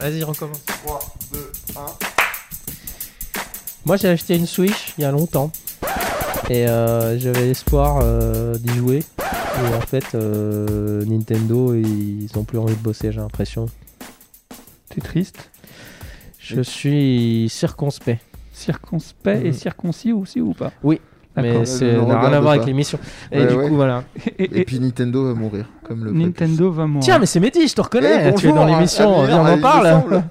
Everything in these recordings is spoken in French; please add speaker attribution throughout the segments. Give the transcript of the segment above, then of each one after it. Speaker 1: Vas-y, recommence.
Speaker 2: 3, 2, 1.
Speaker 1: Moi, j'ai acheté une Switch il y a longtemps. Et euh, j'avais l'espoir euh, d'y jouer. Et en fait, euh, Nintendo, ils ont plus envie de bosser, j'ai l'impression.
Speaker 3: T'es triste.
Speaker 1: Je suis circonspect.
Speaker 3: Circonspect et
Speaker 1: Mhm.
Speaker 3: circoncis aussi ou pas
Speaker 1: Oui,
Speaker 3: D'accord. Euh,
Speaker 1: Mais c'est-
Speaker 2: ne
Speaker 1: ça n'a rien
Speaker 2: Euh, regarde
Speaker 1: à voir
Speaker 2: pas.
Speaker 1: avec l'émission. Et
Speaker 2: Ouais,
Speaker 1: du
Speaker 2: ouais.
Speaker 1: coup, voilà.
Speaker 3: Et, et-
Speaker 2: Et puis Nintendo va mourir, comme le
Speaker 3: Nintendo va mourir.
Speaker 1: Tiens, mais c'est Mehdi, je te reconnais.
Speaker 2: Eh,
Speaker 1: tu es dans
Speaker 2: bonjour,
Speaker 1: l'émission,
Speaker 2: Amir,
Speaker 1: viens,
Speaker 2: il
Speaker 1: on en
Speaker 2: me
Speaker 1: parle.
Speaker 2: semble.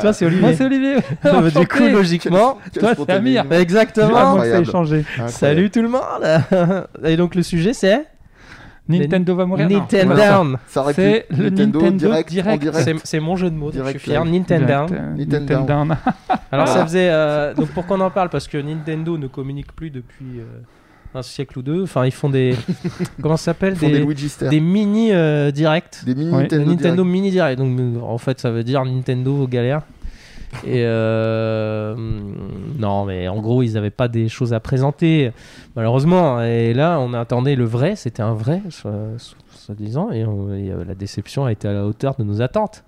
Speaker 1: Toi, c'est
Speaker 3: Moi,
Speaker 1: Olivier.
Speaker 3: c'est Olivier.
Speaker 1: du coup,
Speaker 3: Enchanté.
Speaker 1: logiquement.
Speaker 2: Quelle
Speaker 3: toi, c'est
Speaker 2: spontanéité.
Speaker 3: Amir. Ah,
Speaker 1: Exactement.
Speaker 3: moi, ça a
Speaker 2: Incroyable.
Speaker 3: échangé.
Speaker 2: Incroyable.
Speaker 1: Salut tout le monde. Et donc, le sujet, c'est
Speaker 3: Nintendo va mourir. Non,
Speaker 1: Nintendo
Speaker 3: voilà.
Speaker 1: Down.
Speaker 2: Ça aurait pu-
Speaker 3: C'est le Nintendo
Speaker 2: direct, en
Speaker 3: direct.
Speaker 2: direct.
Speaker 1: C'est c'est mon jeu de mots, donc je suis
Speaker 2: Direct,
Speaker 1: fier.
Speaker 2: ouais.
Speaker 1: Nintendo Down.
Speaker 3: Direct, euh,
Speaker 2: Nintendo.
Speaker 3: Nintendo.
Speaker 1: Alors
Speaker 3: Ah.
Speaker 1: ça faisait euh, donc pour qu'on en parle parce que Nintendo ne communique plus depuis euh, un siècle ou deux. Enfin ils font des comment ça s'appelle
Speaker 2: Ils font des,
Speaker 1: des,
Speaker 2: Luigi Star.
Speaker 1: des mini euh, directs.
Speaker 2: Des mini
Speaker 3: Ouais,
Speaker 1: Des
Speaker 2: Nintendo,
Speaker 1: Nintendo mini direct. Donc euh, en fait ça veut dire Nintendo galère. Et euh, hum, non mais en gros ils n'avaient pas des choses à présenter malheureusement. Et là on attendait le vrai, c'était un vrai soit- soit disant et, on- et, euh, la déception a été à la hauteur de nos attentes.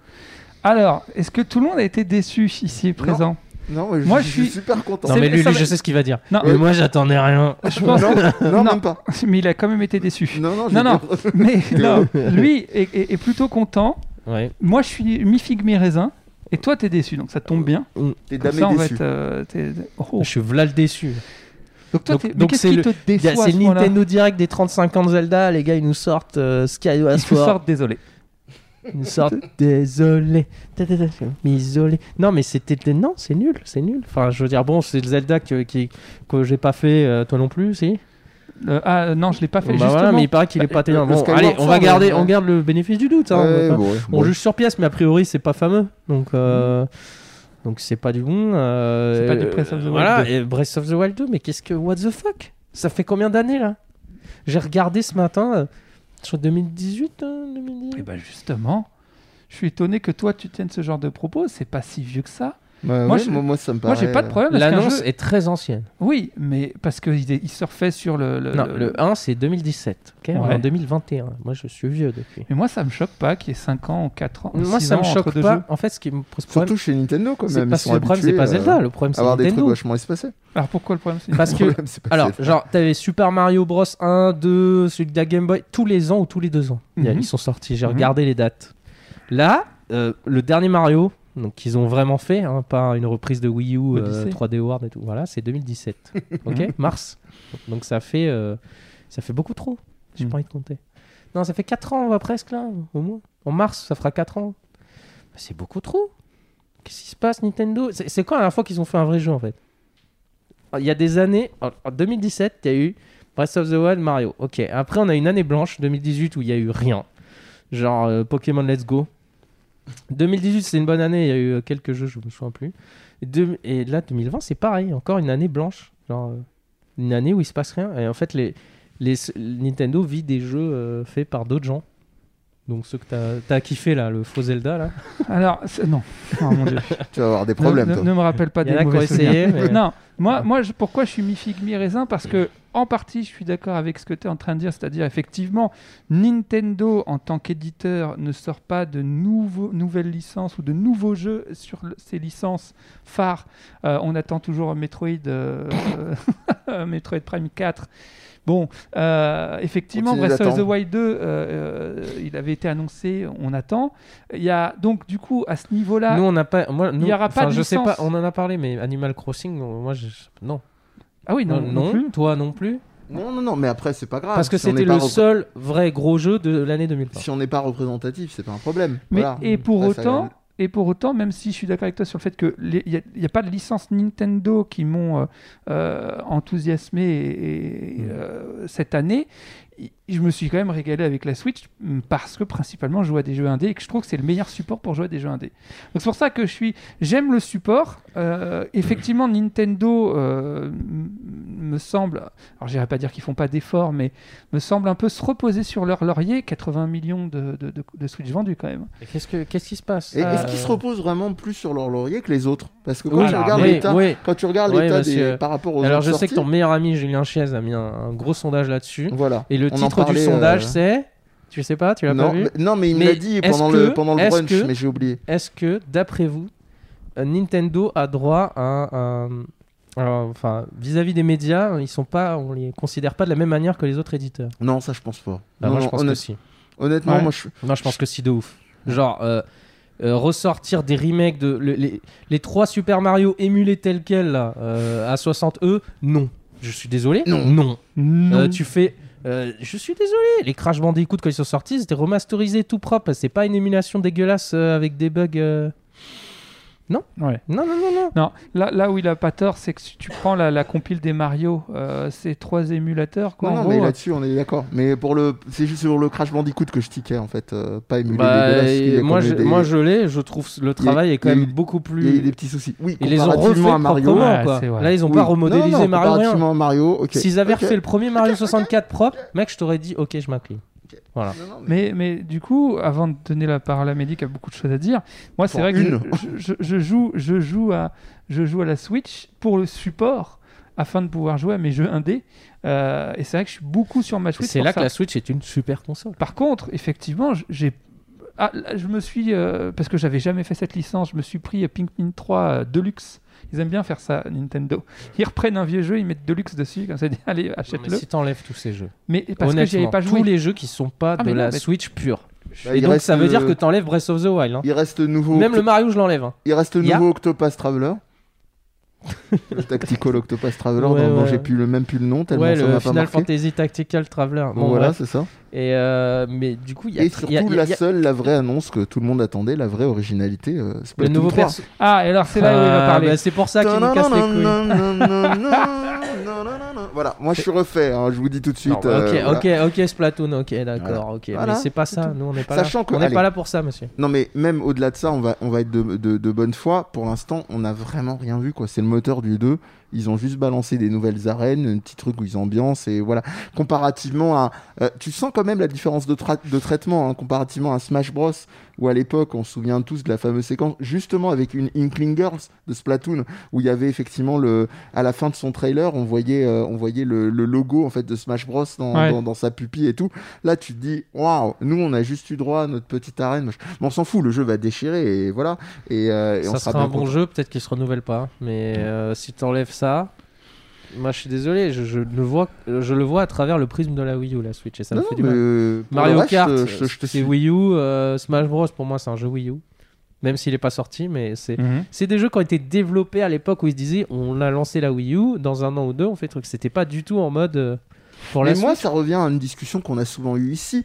Speaker 3: Alors, est-ce que tout le monde a été déçu ici présent
Speaker 2: direct. Non, je,
Speaker 3: Moi,
Speaker 2: je
Speaker 3: je
Speaker 2: suis
Speaker 3: suis-
Speaker 2: super content.
Speaker 1: Non mais
Speaker 3: ça
Speaker 1: lui, lui,
Speaker 3: va-
Speaker 1: je sais ce qu'il va dire.
Speaker 3: Non.
Speaker 1: Mais moi j'attendais rien.
Speaker 3: Je pense
Speaker 2: non, non,
Speaker 3: Non.
Speaker 2: même pas.
Speaker 3: que- Mais il a quand même été déçu.
Speaker 2: Non, non,
Speaker 3: Non, non.
Speaker 2: j'ai-
Speaker 3: Mais non, lui est, est- est plutôt content.
Speaker 1: Ouais.
Speaker 3: Moi, je suis mi-figue, mi-raisin. Et toi, t'es déçu, donc ça tombe bien.
Speaker 2: T'es
Speaker 3: Comme
Speaker 2: damé
Speaker 3: ça, on va
Speaker 2: déçu.
Speaker 3: être. euh, t'es- oh.
Speaker 1: Je suis v'là le déçu.
Speaker 3: Donc, toi,
Speaker 1: Donc-
Speaker 3: t'es- mais
Speaker 1: donc
Speaker 3: qu'est-ce
Speaker 1: c'est
Speaker 3: qui
Speaker 1: le-
Speaker 3: te
Speaker 1: C'est
Speaker 3: déçoit à
Speaker 1: le
Speaker 3: ce moment-là
Speaker 1: Nintendo Direct des 35 ans de Zelda. Les gars, ils nous sortent euh, Skyward
Speaker 3: Ils te
Speaker 1: Sword.
Speaker 3: sortent, désolé.
Speaker 1: Ils nous sortent désolé, Tadadada, isolé. Non, mais c'était non, c'est nul, c'est nul. Enfin, je veux dire, bon, c'est le Zelda que, qui, que j'ai pas fait, euh, toi non plus, si.
Speaker 3: Euh, ah euh, non, je l'ai pas fait
Speaker 1: Bah
Speaker 3: justement.
Speaker 1: voilà, mais il paraît qu'il est
Speaker 2: Bah,
Speaker 1: pas terrible.
Speaker 2: le
Speaker 1: Bon,
Speaker 2: Skyward
Speaker 1: allez, on va
Speaker 3: euh,
Speaker 2: Sword,
Speaker 1: garder,
Speaker 2: ouais.
Speaker 1: on garde le bénéfice du doute. hein, on va
Speaker 2: Ouais,
Speaker 1: pas-
Speaker 2: bon, ouais,
Speaker 1: On
Speaker 2: bon.
Speaker 1: juge sur pièce, mais a priori, c'est pas fameux. Donc, euh, donc c'est pas du bon. euh,
Speaker 3: C'est pas du Breath of the Wild
Speaker 1: voilà,
Speaker 3: 2.
Speaker 1: et Breath of the Wild 2, mais qu'est-ce que. What the fuck Ça fait combien d'années là J'ai regardé ce matin, euh, sur 2018, hein, 2018.
Speaker 3: Et ben justement, je suis étonné que toi tu tiennes ce genre de propos. C'est pas si vieux que ça.
Speaker 2: Ouais,
Speaker 3: Moi,
Speaker 2: ouais,
Speaker 3: je-
Speaker 2: moi, moi, ça me
Speaker 3: Moi,
Speaker 2: paraît.
Speaker 3: j'ai pas de
Speaker 1: Ah,
Speaker 3: problème. parce qu'un
Speaker 1: Bah L'annonce
Speaker 3: jeu-
Speaker 1: est très ancienne.
Speaker 3: Oui, mais parce qu'il il se refait sur le. le-
Speaker 1: non,
Speaker 3: le-
Speaker 1: le 1, c'est 2017. ok On est
Speaker 3: Ouais.
Speaker 1: en 2021. Moi, je suis vieux depuis.
Speaker 3: Mais moi, ça me choque pas qu'il y ait 5 ans ou 4 ans. ou
Speaker 1: Moi,
Speaker 3: six
Speaker 1: ça
Speaker 3: ans
Speaker 1: me
Speaker 3: entre
Speaker 1: choque
Speaker 3: deux
Speaker 1: pas.
Speaker 3: jeux.
Speaker 1: En fait, ce qui me pose problème,
Speaker 2: Surtout chez Nintendo, quand
Speaker 1: c'est
Speaker 2: même.
Speaker 1: parce que le problème, c'est pas Zelda. Le problème, c'est
Speaker 2: Avoir des trucs
Speaker 1: Nintendo.
Speaker 2: vachement espacés.
Speaker 3: Alors pourquoi le problème c'est
Speaker 1: Parce
Speaker 2: Le
Speaker 1: que
Speaker 2: problème, c'est pas
Speaker 1: Alors,
Speaker 2: Zelda.
Speaker 1: genre, t'avais Super Mario Bros 1, 2, celui de la Game Boy, tous les ans ou tous les deux ans. Il y a-
Speaker 3: Mhm.
Speaker 1: Ils sont sortis, j'ai
Speaker 3: Mhm.
Speaker 1: regardé les dates. Là, euh, le dernier Mario, donc qu'ils ont vraiment fait, hein, pas une reprise de Wii U, euh,
Speaker 3: Odyssey. Mhm.
Speaker 1: 3D World et tout, voilà, c'est 2017. ok Mars. Donc ça fait, euh, ça fait beaucoup trop. J'ai
Speaker 3: Mhm.
Speaker 1: pas envie de compter. Non, ça fait 4 ans, va presque là, au moins. En mars, ça fera 4 ans. Mais c'est beaucoup trop. Qu'est-ce qui se passe, Nintendo C'est c'est quand la dernière fois qu'ils ont fait un vrai jeu, en fait Il y a des années, en en 2017, il y a eu Breath of the Wild, Mario. Ok, après, on a une année blanche, 2018, où il y a eu rien. Genre euh, Pokémon Let's Go. 2018, c'est une bonne année, il y a eu euh, quelques jeux, je me souviens plus. Et, deux- et là, 2020, c'est pareil, encore une année blanche. Genre, euh, une année où il se passe rien. Et en fait, les, les, Nintendo vit des jeux euh, faits par d'autres gens. Donc ceux que t'as- t'as kiffé là, le faux Zelda là.
Speaker 3: Alors c'est- non. Oh, mon Dieu.
Speaker 2: Tu vas avoir des
Speaker 3: Ne-
Speaker 2: problèmes,
Speaker 3: ne,
Speaker 2: toi.
Speaker 3: ne me rappelle pas
Speaker 1: Il y en
Speaker 3: des
Speaker 1: a qui ont
Speaker 3: mauvais souvenirs.
Speaker 1: essayé, mais-
Speaker 3: Non, moi, moi je- pourquoi je suis mi-figue, mi-raisin Parce que, en partie, je suis d'accord avec ce que tu es en train de dire, c'est-à-dire, effectivement, Nintendo, en tant qu'éditeur, ne sort pas de nouveaux, nouvelles licences ou de nouveaux jeux sur le- ses licences phares. Euh, on attend toujours Metroid, euh, euh, Metroid Prime 4. Bon, euh, effectivement,
Speaker 2: Continue
Speaker 3: Breath of the
Speaker 2: d'attendre.
Speaker 3: Wild 2, euh, euh, il avait été annoncé, on attend. Il y a donc, du coup, à ce niveau-là.
Speaker 1: nous on n'a pas, moi, nous,
Speaker 3: il y aura
Speaker 1: enfin,
Speaker 3: pas de
Speaker 1: je sais
Speaker 3: licence.
Speaker 1: pas, on en a parlé, mais Animal Crossing, on- moi je, non, Euh,
Speaker 3: Ah oui, non,
Speaker 1: non,
Speaker 3: non plus.
Speaker 1: toi non plus,
Speaker 2: Non, non, non, mais après, c'est pas grave.
Speaker 1: parce que
Speaker 2: Ah, Si on
Speaker 1: c'était
Speaker 2: n'est pas
Speaker 1: le
Speaker 2: repré-
Speaker 1: seul vrai gros jeu de l'année 2020.
Speaker 2: Si on n'est pas représentatif, c'est pas un problème.
Speaker 3: Mais
Speaker 2: Voilà.
Speaker 3: et pour
Speaker 2: Ouais, ça gagne.
Speaker 3: autant, et pour autant, même si je suis d'accord avec toi sur le fait que il n'y a, pas de licence Nintendo qui m'ont euh, euh, enthousiasmé et- et,
Speaker 1: Mm.
Speaker 3: euh, cette année, i- je me suis quand même régalé avec la Switch mm, parce que principalement je joue à des jeux indés et que je trouve que c'est le meilleur support pour jouer à des jeux indés. Donc c'est pour ça que je suis, j'aime le support. Euh, effectivement, Nintendo euh, m- me semble, alors j'irai pas dire qu'ils font pas d'efforts, mais me semble un peu se reposer sur leur laurier. 80 millions de, de- de- de Switch vendus quand même.
Speaker 1: Et Qu'est-ce que, qu'est-ce qui se passe
Speaker 2: Et Est-ce
Speaker 1: Euh,
Speaker 2: qu'ils se reposent vraiment plus sur leur laurier que les autres Parce que quand
Speaker 1: Oui,
Speaker 2: tu
Speaker 1: alors,
Speaker 2: regardes
Speaker 1: oui,
Speaker 2: l'état,
Speaker 1: oui.
Speaker 2: quand tu regardes
Speaker 1: Ouais,
Speaker 2: l'état
Speaker 1: parce
Speaker 2: des-
Speaker 1: que-
Speaker 2: par rapport aux
Speaker 1: Alors
Speaker 2: autres
Speaker 1: je sais que ton
Speaker 2: sorties,
Speaker 1: meilleur ami Julien Chiez a mis un, un gros sondage là-dessus,
Speaker 2: voilà.
Speaker 1: et le
Speaker 2: On en
Speaker 1: titre
Speaker 2: parlait,
Speaker 1: du
Speaker 2: euh,
Speaker 1: sondage c'est Tu sais pas, tu l'as pas
Speaker 2: non,
Speaker 1: vu
Speaker 2: mais, non, mais il me
Speaker 1: Mais
Speaker 2: l'a dit
Speaker 1: est-ce
Speaker 2: pendant
Speaker 1: que-
Speaker 2: le, pendant le
Speaker 1: est-ce
Speaker 2: brunch,
Speaker 1: que-
Speaker 2: mais j'ai oublié.
Speaker 1: Est-ce que, d'après vous, euh, Nintendo a droit à un. alors, Enfin, vis-à-vis des médias, ils sont pas, on les considère pas de la même manière que les autres éditeurs.
Speaker 2: Non, ça, je pense pas.
Speaker 1: Bah,
Speaker 2: non,
Speaker 1: moi, je
Speaker 2: non,
Speaker 1: pense que
Speaker 2: honnête-
Speaker 1: si.
Speaker 2: honnêtement,
Speaker 3: Ouais.
Speaker 2: moi, je,
Speaker 1: Non, je pense que si de ouf. Genre, euh, euh, ressortir des remakes de. le- les, les trois Super Mario émulés tels quels là, euh, à 60E, non. Je suis désolé.
Speaker 2: Non.
Speaker 1: Non.
Speaker 3: Non.
Speaker 1: Euh, tu fais. euh, je suis désolé, les Crash Bandicoot quand ils sont sortis, c'était remasterisé tout propre. C'est pas une émulation dégueulasse euh, avec des bugs. euh.
Speaker 3: Ouais.
Speaker 1: Non, non, non, non.
Speaker 3: Non, là, là où il a pas tort, c'est que si tu prends la, la compile des Mario, euh, ces trois émulateurs, quoi.
Speaker 2: Non,
Speaker 3: en
Speaker 2: non,
Speaker 3: gros,
Speaker 2: mais
Speaker 3: euh,
Speaker 2: là-dessus, on est d'accord. Mais pour le, c'est juste sur le Crash Bandicoot que je tiquais en fait, euh, pas émulé.
Speaker 1: Bah,
Speaker 2: dégueulasse, parce qu'il y a
Speaker 1: et moi,
Speaker 2: quand
Speaker 1: je,
Speaker 2: même des-
Speaker 1: moi je l'ai, je trouve le travail est quand
Speaker 2: il y a
Speaker 1: même
Speaker 2: eu-
Speaker 1: beaucoup
Speaker 2: il y a eu
Speaker 1: plus.
Speaker 2: des petits soucis. Oui,
Speaker 1: Ils les ont
Speaker 2: comparativement
Speaker 1: refaits
Speaker 2: à Mario.
Speaker 1: proprement,
Speaker 3: Ouais,
Speaker 1: quoi.
Speaker 3: c'est vrai.
Speaker 1: là ils ont
Speaker 2: oui.
Speaker 1: pas
Speaker 2: Non,
Speaker 1: remodélisé
Speaker 2: non, non,
Speaker 1: Mario rien.
Speaker 2: comparativement à Mario, ok.
Speaker 1: S'ils avaient
Speaker 2: Ok.
Speaker 1: refait le premier Mario 64 propre, mec, je t'aurais dit, ok, je m'incline.
Speaker 2: Ah, Non, non, mais-
Speaker 3: Mais, mais du coup, avant de donner la parole à Mehdi qui a beaucoup de choses à dire, moi c'est
Speaker 2: Pour
Speaker 3: vrai que
Speaker 2: une.
Speaker 3: je, je- je joue, je, joue à, je joue à la Switch pour le support afin de pouvoir jouer à mes jeux indés. Euh, et c'est vrai que je suis beaucoup sur ma Switch.
Speaker 1: C'est
Speaker 3: pour
Speaker 1: là
Speaker 3: ça.
Speaker 1: que la Switch est une super console.
Speaker 3: Par contre, effectivement, j- j'ai. Ah, là, je me suis. euh, parce que j'avais jamais fait cette licence, je me suis pris euh, Pikmin 3 euh, Deluxe. Ils aiment bien faire ça, Nintendo. Ils reprennent un vieux jeu, ils mettent Deluxe dessus, comme ça, ils disent, allez,
Speaker 1: Mais
Speaker 3: achète-le.
Speaker 1: si t'enlèves tous ces jeux,
Speaker 3: Mais, parce que j'y avais
Speaker 1: honnêtement,
Speaker 3: pas joué.
Speaker 1: tous les jeux qui sont pas de
Speaker 3: Ah, mais non,
Speaker 1: la
Speaker 3: mais-
Speaker 1: Switch pure.
Speaker 2: Bah,
Speaker 1: Et
Speaker 2: il
Speaker 1: donc
Speaker 2: reste,
Speaker 1: ça veut dire
Speaker 2: euh,
Speaker 1: que t'enlèves Breath of the Wild. hein.
Speaker 2: il reste nouveau.
Speaker 1: Même le Mario, je l'enlève. hein.
Speaker 2: Il reste
Speaker 1: Il y a-
Speaker 2: nouveau Octopus Traveler. le tactical Octopus Traveler,
Speaker 1: Ouais,
Speaker 2: dont, dont
Speaker 1: ouais.
Speaker 2: j'ai plus le même plus le nom tellement
Speaker 1: Ouais,
Speaker 2: ça
Speaker 1: le
Speaker 2: m'a pas
Speaker 1: Final
Speaker 2: marqué.
Speaker 1: Fantasy Tactical Traveler.
Speaker 2: Donc
Speaker 1: Bon,
Speaker 2: voilà,
Speaker 1: bref.
Speaker 2: c'est ça.
Speaker 1: Et euh, mais du coup, il y a,
Speaker 2: Et
Speaker 1: il y a-
Speaker 2: surtout
Speaker 1: il y a-
Speaker 2: la seule, la vraie annonce que tout le monde attendait, la vraie originalité. euh,
Speaker 1: le
Speaker 2: Splatoon
Speaker 1: nouveau
Speaker 2: 3.
Speaker 1: perso.
Speaker 3: Ah, et alors c'est là où il va
Speaker 1: Ah,
Speaker 3: parler.
Speaker 1: bah, c'est pour ça qu'il nous casse les couilles.
Speaker 2: Voilà, moi je suis refait, hein, je vous dis tout de suite.
Speaker 1: Non, bah, ok,
Speaker 2: euh, voilà.
Speaker 1: ok, ok, Splatoon, ok, d'accord,
Speaker 2: Voilà.
Speaker 1: ok.
Speaker 2: Voilà,
Speaker 1: mais c'est pas
Speaker 2: c'est
Speaker 1: ça,
Speaker 2: tout.
Speaker 1: nous on n'est pas
Speaker 2: Sachant
Speaker 1: là.
Speaker 2: que-
Speaker 1: on n'est
Speaker 2: allez.
Speaker 1: pas là pour ça, monsieur.
Speaker 2: Non mais même au-delà de ça, on va, on va être de, de, de bonne foi. Pour l'instant, on n'a vraiment rien vu. quoi. C'est le moteur du 2. Ils ont juste balancé des nouvelles arènes, un petit truc où ils ambiancent et voilà. Comparativement à... euh, tu sens quand même la différence de, tra- de traitement hein, comparativement à Smash Bros. Où à l'époque, on se souvient tous de la fameuse séquence, justement avec une Inkling Girls de Splatoon, où il y avait effectivement le... À la fin de son trailer, on voyait, euh, on voyait le, le logo en fait de Smash Bros. dans,
Speaker 3: Ouais.
Speaker 2: dans- dans sa pupille et tout. Là, tu te dis, waouh, nous, on a juste eu droit à notre petite arène. machin. Mais on s'en fout, le jeu va déchirer et voilà. Et, euh, et on
Speaker 1: ça
Speaker 2: sera Mm.
Speaker 1: sera
Speaker 2: bien
Speaker 1: un bon
Speaker 2: content.
Speaker 1: jeu, peut-être qu'il se renouvelle pas. Mais euh, si t'enlèves ça, moi je suis désolé, je, je le vois, je le vois à travers le prisme de la Wii U, la Switch, et ça
Speaker 2: Non,
Speaker 1: me fait du
Speaker 2: non, mais,
Speaker 1: mal.
Speaker 2: euh, pour
Speaker 1: Mario
Speaker 2: le reste,
Speaker 1: Kart,
Speaker 2: euh, je, te- je te
Speaker 1: c'est
Speaker 2: suis-
Speaker 1: Wii U, euh, Smash Bros pour moi c'est un jeu Wii U, même s'il est pas sorti, mais c'est
Speaker 3: Mhm.
Speaker 1: c'est des jeux qui ont été développés à l'époque où ils se disaient on a lancé la Wii U, dans un an ou deux on fait truc. C'était pas du tout en mode euh, pour la
Speaker 2: Mais moi, ça revient à une discussion qu'on a souvent eue ici.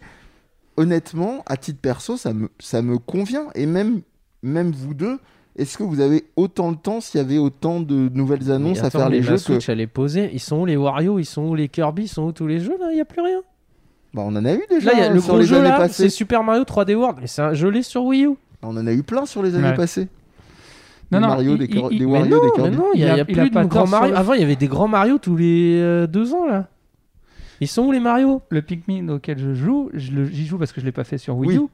Speaker 2: Honnêtement, à titre perso, ça me, ça me convient. Et même, même vous deux, est-ce que vous avez autant le temps s'il y avait autant de nouvelles annonces
Speaker 1: Mais
Speaker 2: à
Speaker 1: attends,
Speaker 2: faire
Speaker 1: mais
Speaker 2: les
Speaker 1: la
Speaker 2: jeux que...
Speaker 1: Switch, elle est posée. Ils sont où les Wario Ils sont où les Kirby Ils sont où tous les jeux là Il n'y a plus rien.
Speaker 2: Bah, on en a eu déjà
Speaker 1: Là, il y a
Speaker 2: hein,
Speaker 1: le
Speaker 2: sur
Speaker 1: gros
Speaker 2: les
Speaker 1: jeu
Speaker 2: années
Speaker 1: là, c'est
Speaker 2: passées. Bah,
Speaker 1: Super Mario 3D World. Mais c'est un jeu l'ai sur Wii U.
Speaker 2: On en a eu plein sur les années
Speaker 3: Ouais.
Speaker 2: passées.
Speaker 3: Non,
Speaker 2: Des
Speaker 3: non,
Speaker 2: Mario,
Speaker 3: il-
Speaker 2: des,
Speaker 3: il-
Speaker 2: Cor-
Speaker 3: il-
Speaker 2: des
Speaker 3: mais
Speaker 1: Mais
Speaker 2: Wario,
Speaker 1: non,
Speaker 2: des
Speaker 1: mais
Speaker 2: Kirby.
Speaker 1: non, il n'y
Speaker 3: Il
Speaker 1: a,
Speaker 3: a-
Speaker 1: il y a
Speaker 3: il a
Speaker 1: plus
Speaker 3: pas
Speaker 1: de grands
Speaker 3: tort sur
Speaker 1: Mario.
Speaker 3: le-
Speaker 1: Avant, il y avait des grands Mario tous les euh, deux ans là. Ils sont où les Mario
Speaker 3: le Pikmin auquel je joue, je le- j'y joue parce que je l'ai pas fait sur Wii
Speaker 2: Oui.
Speaker 3: U,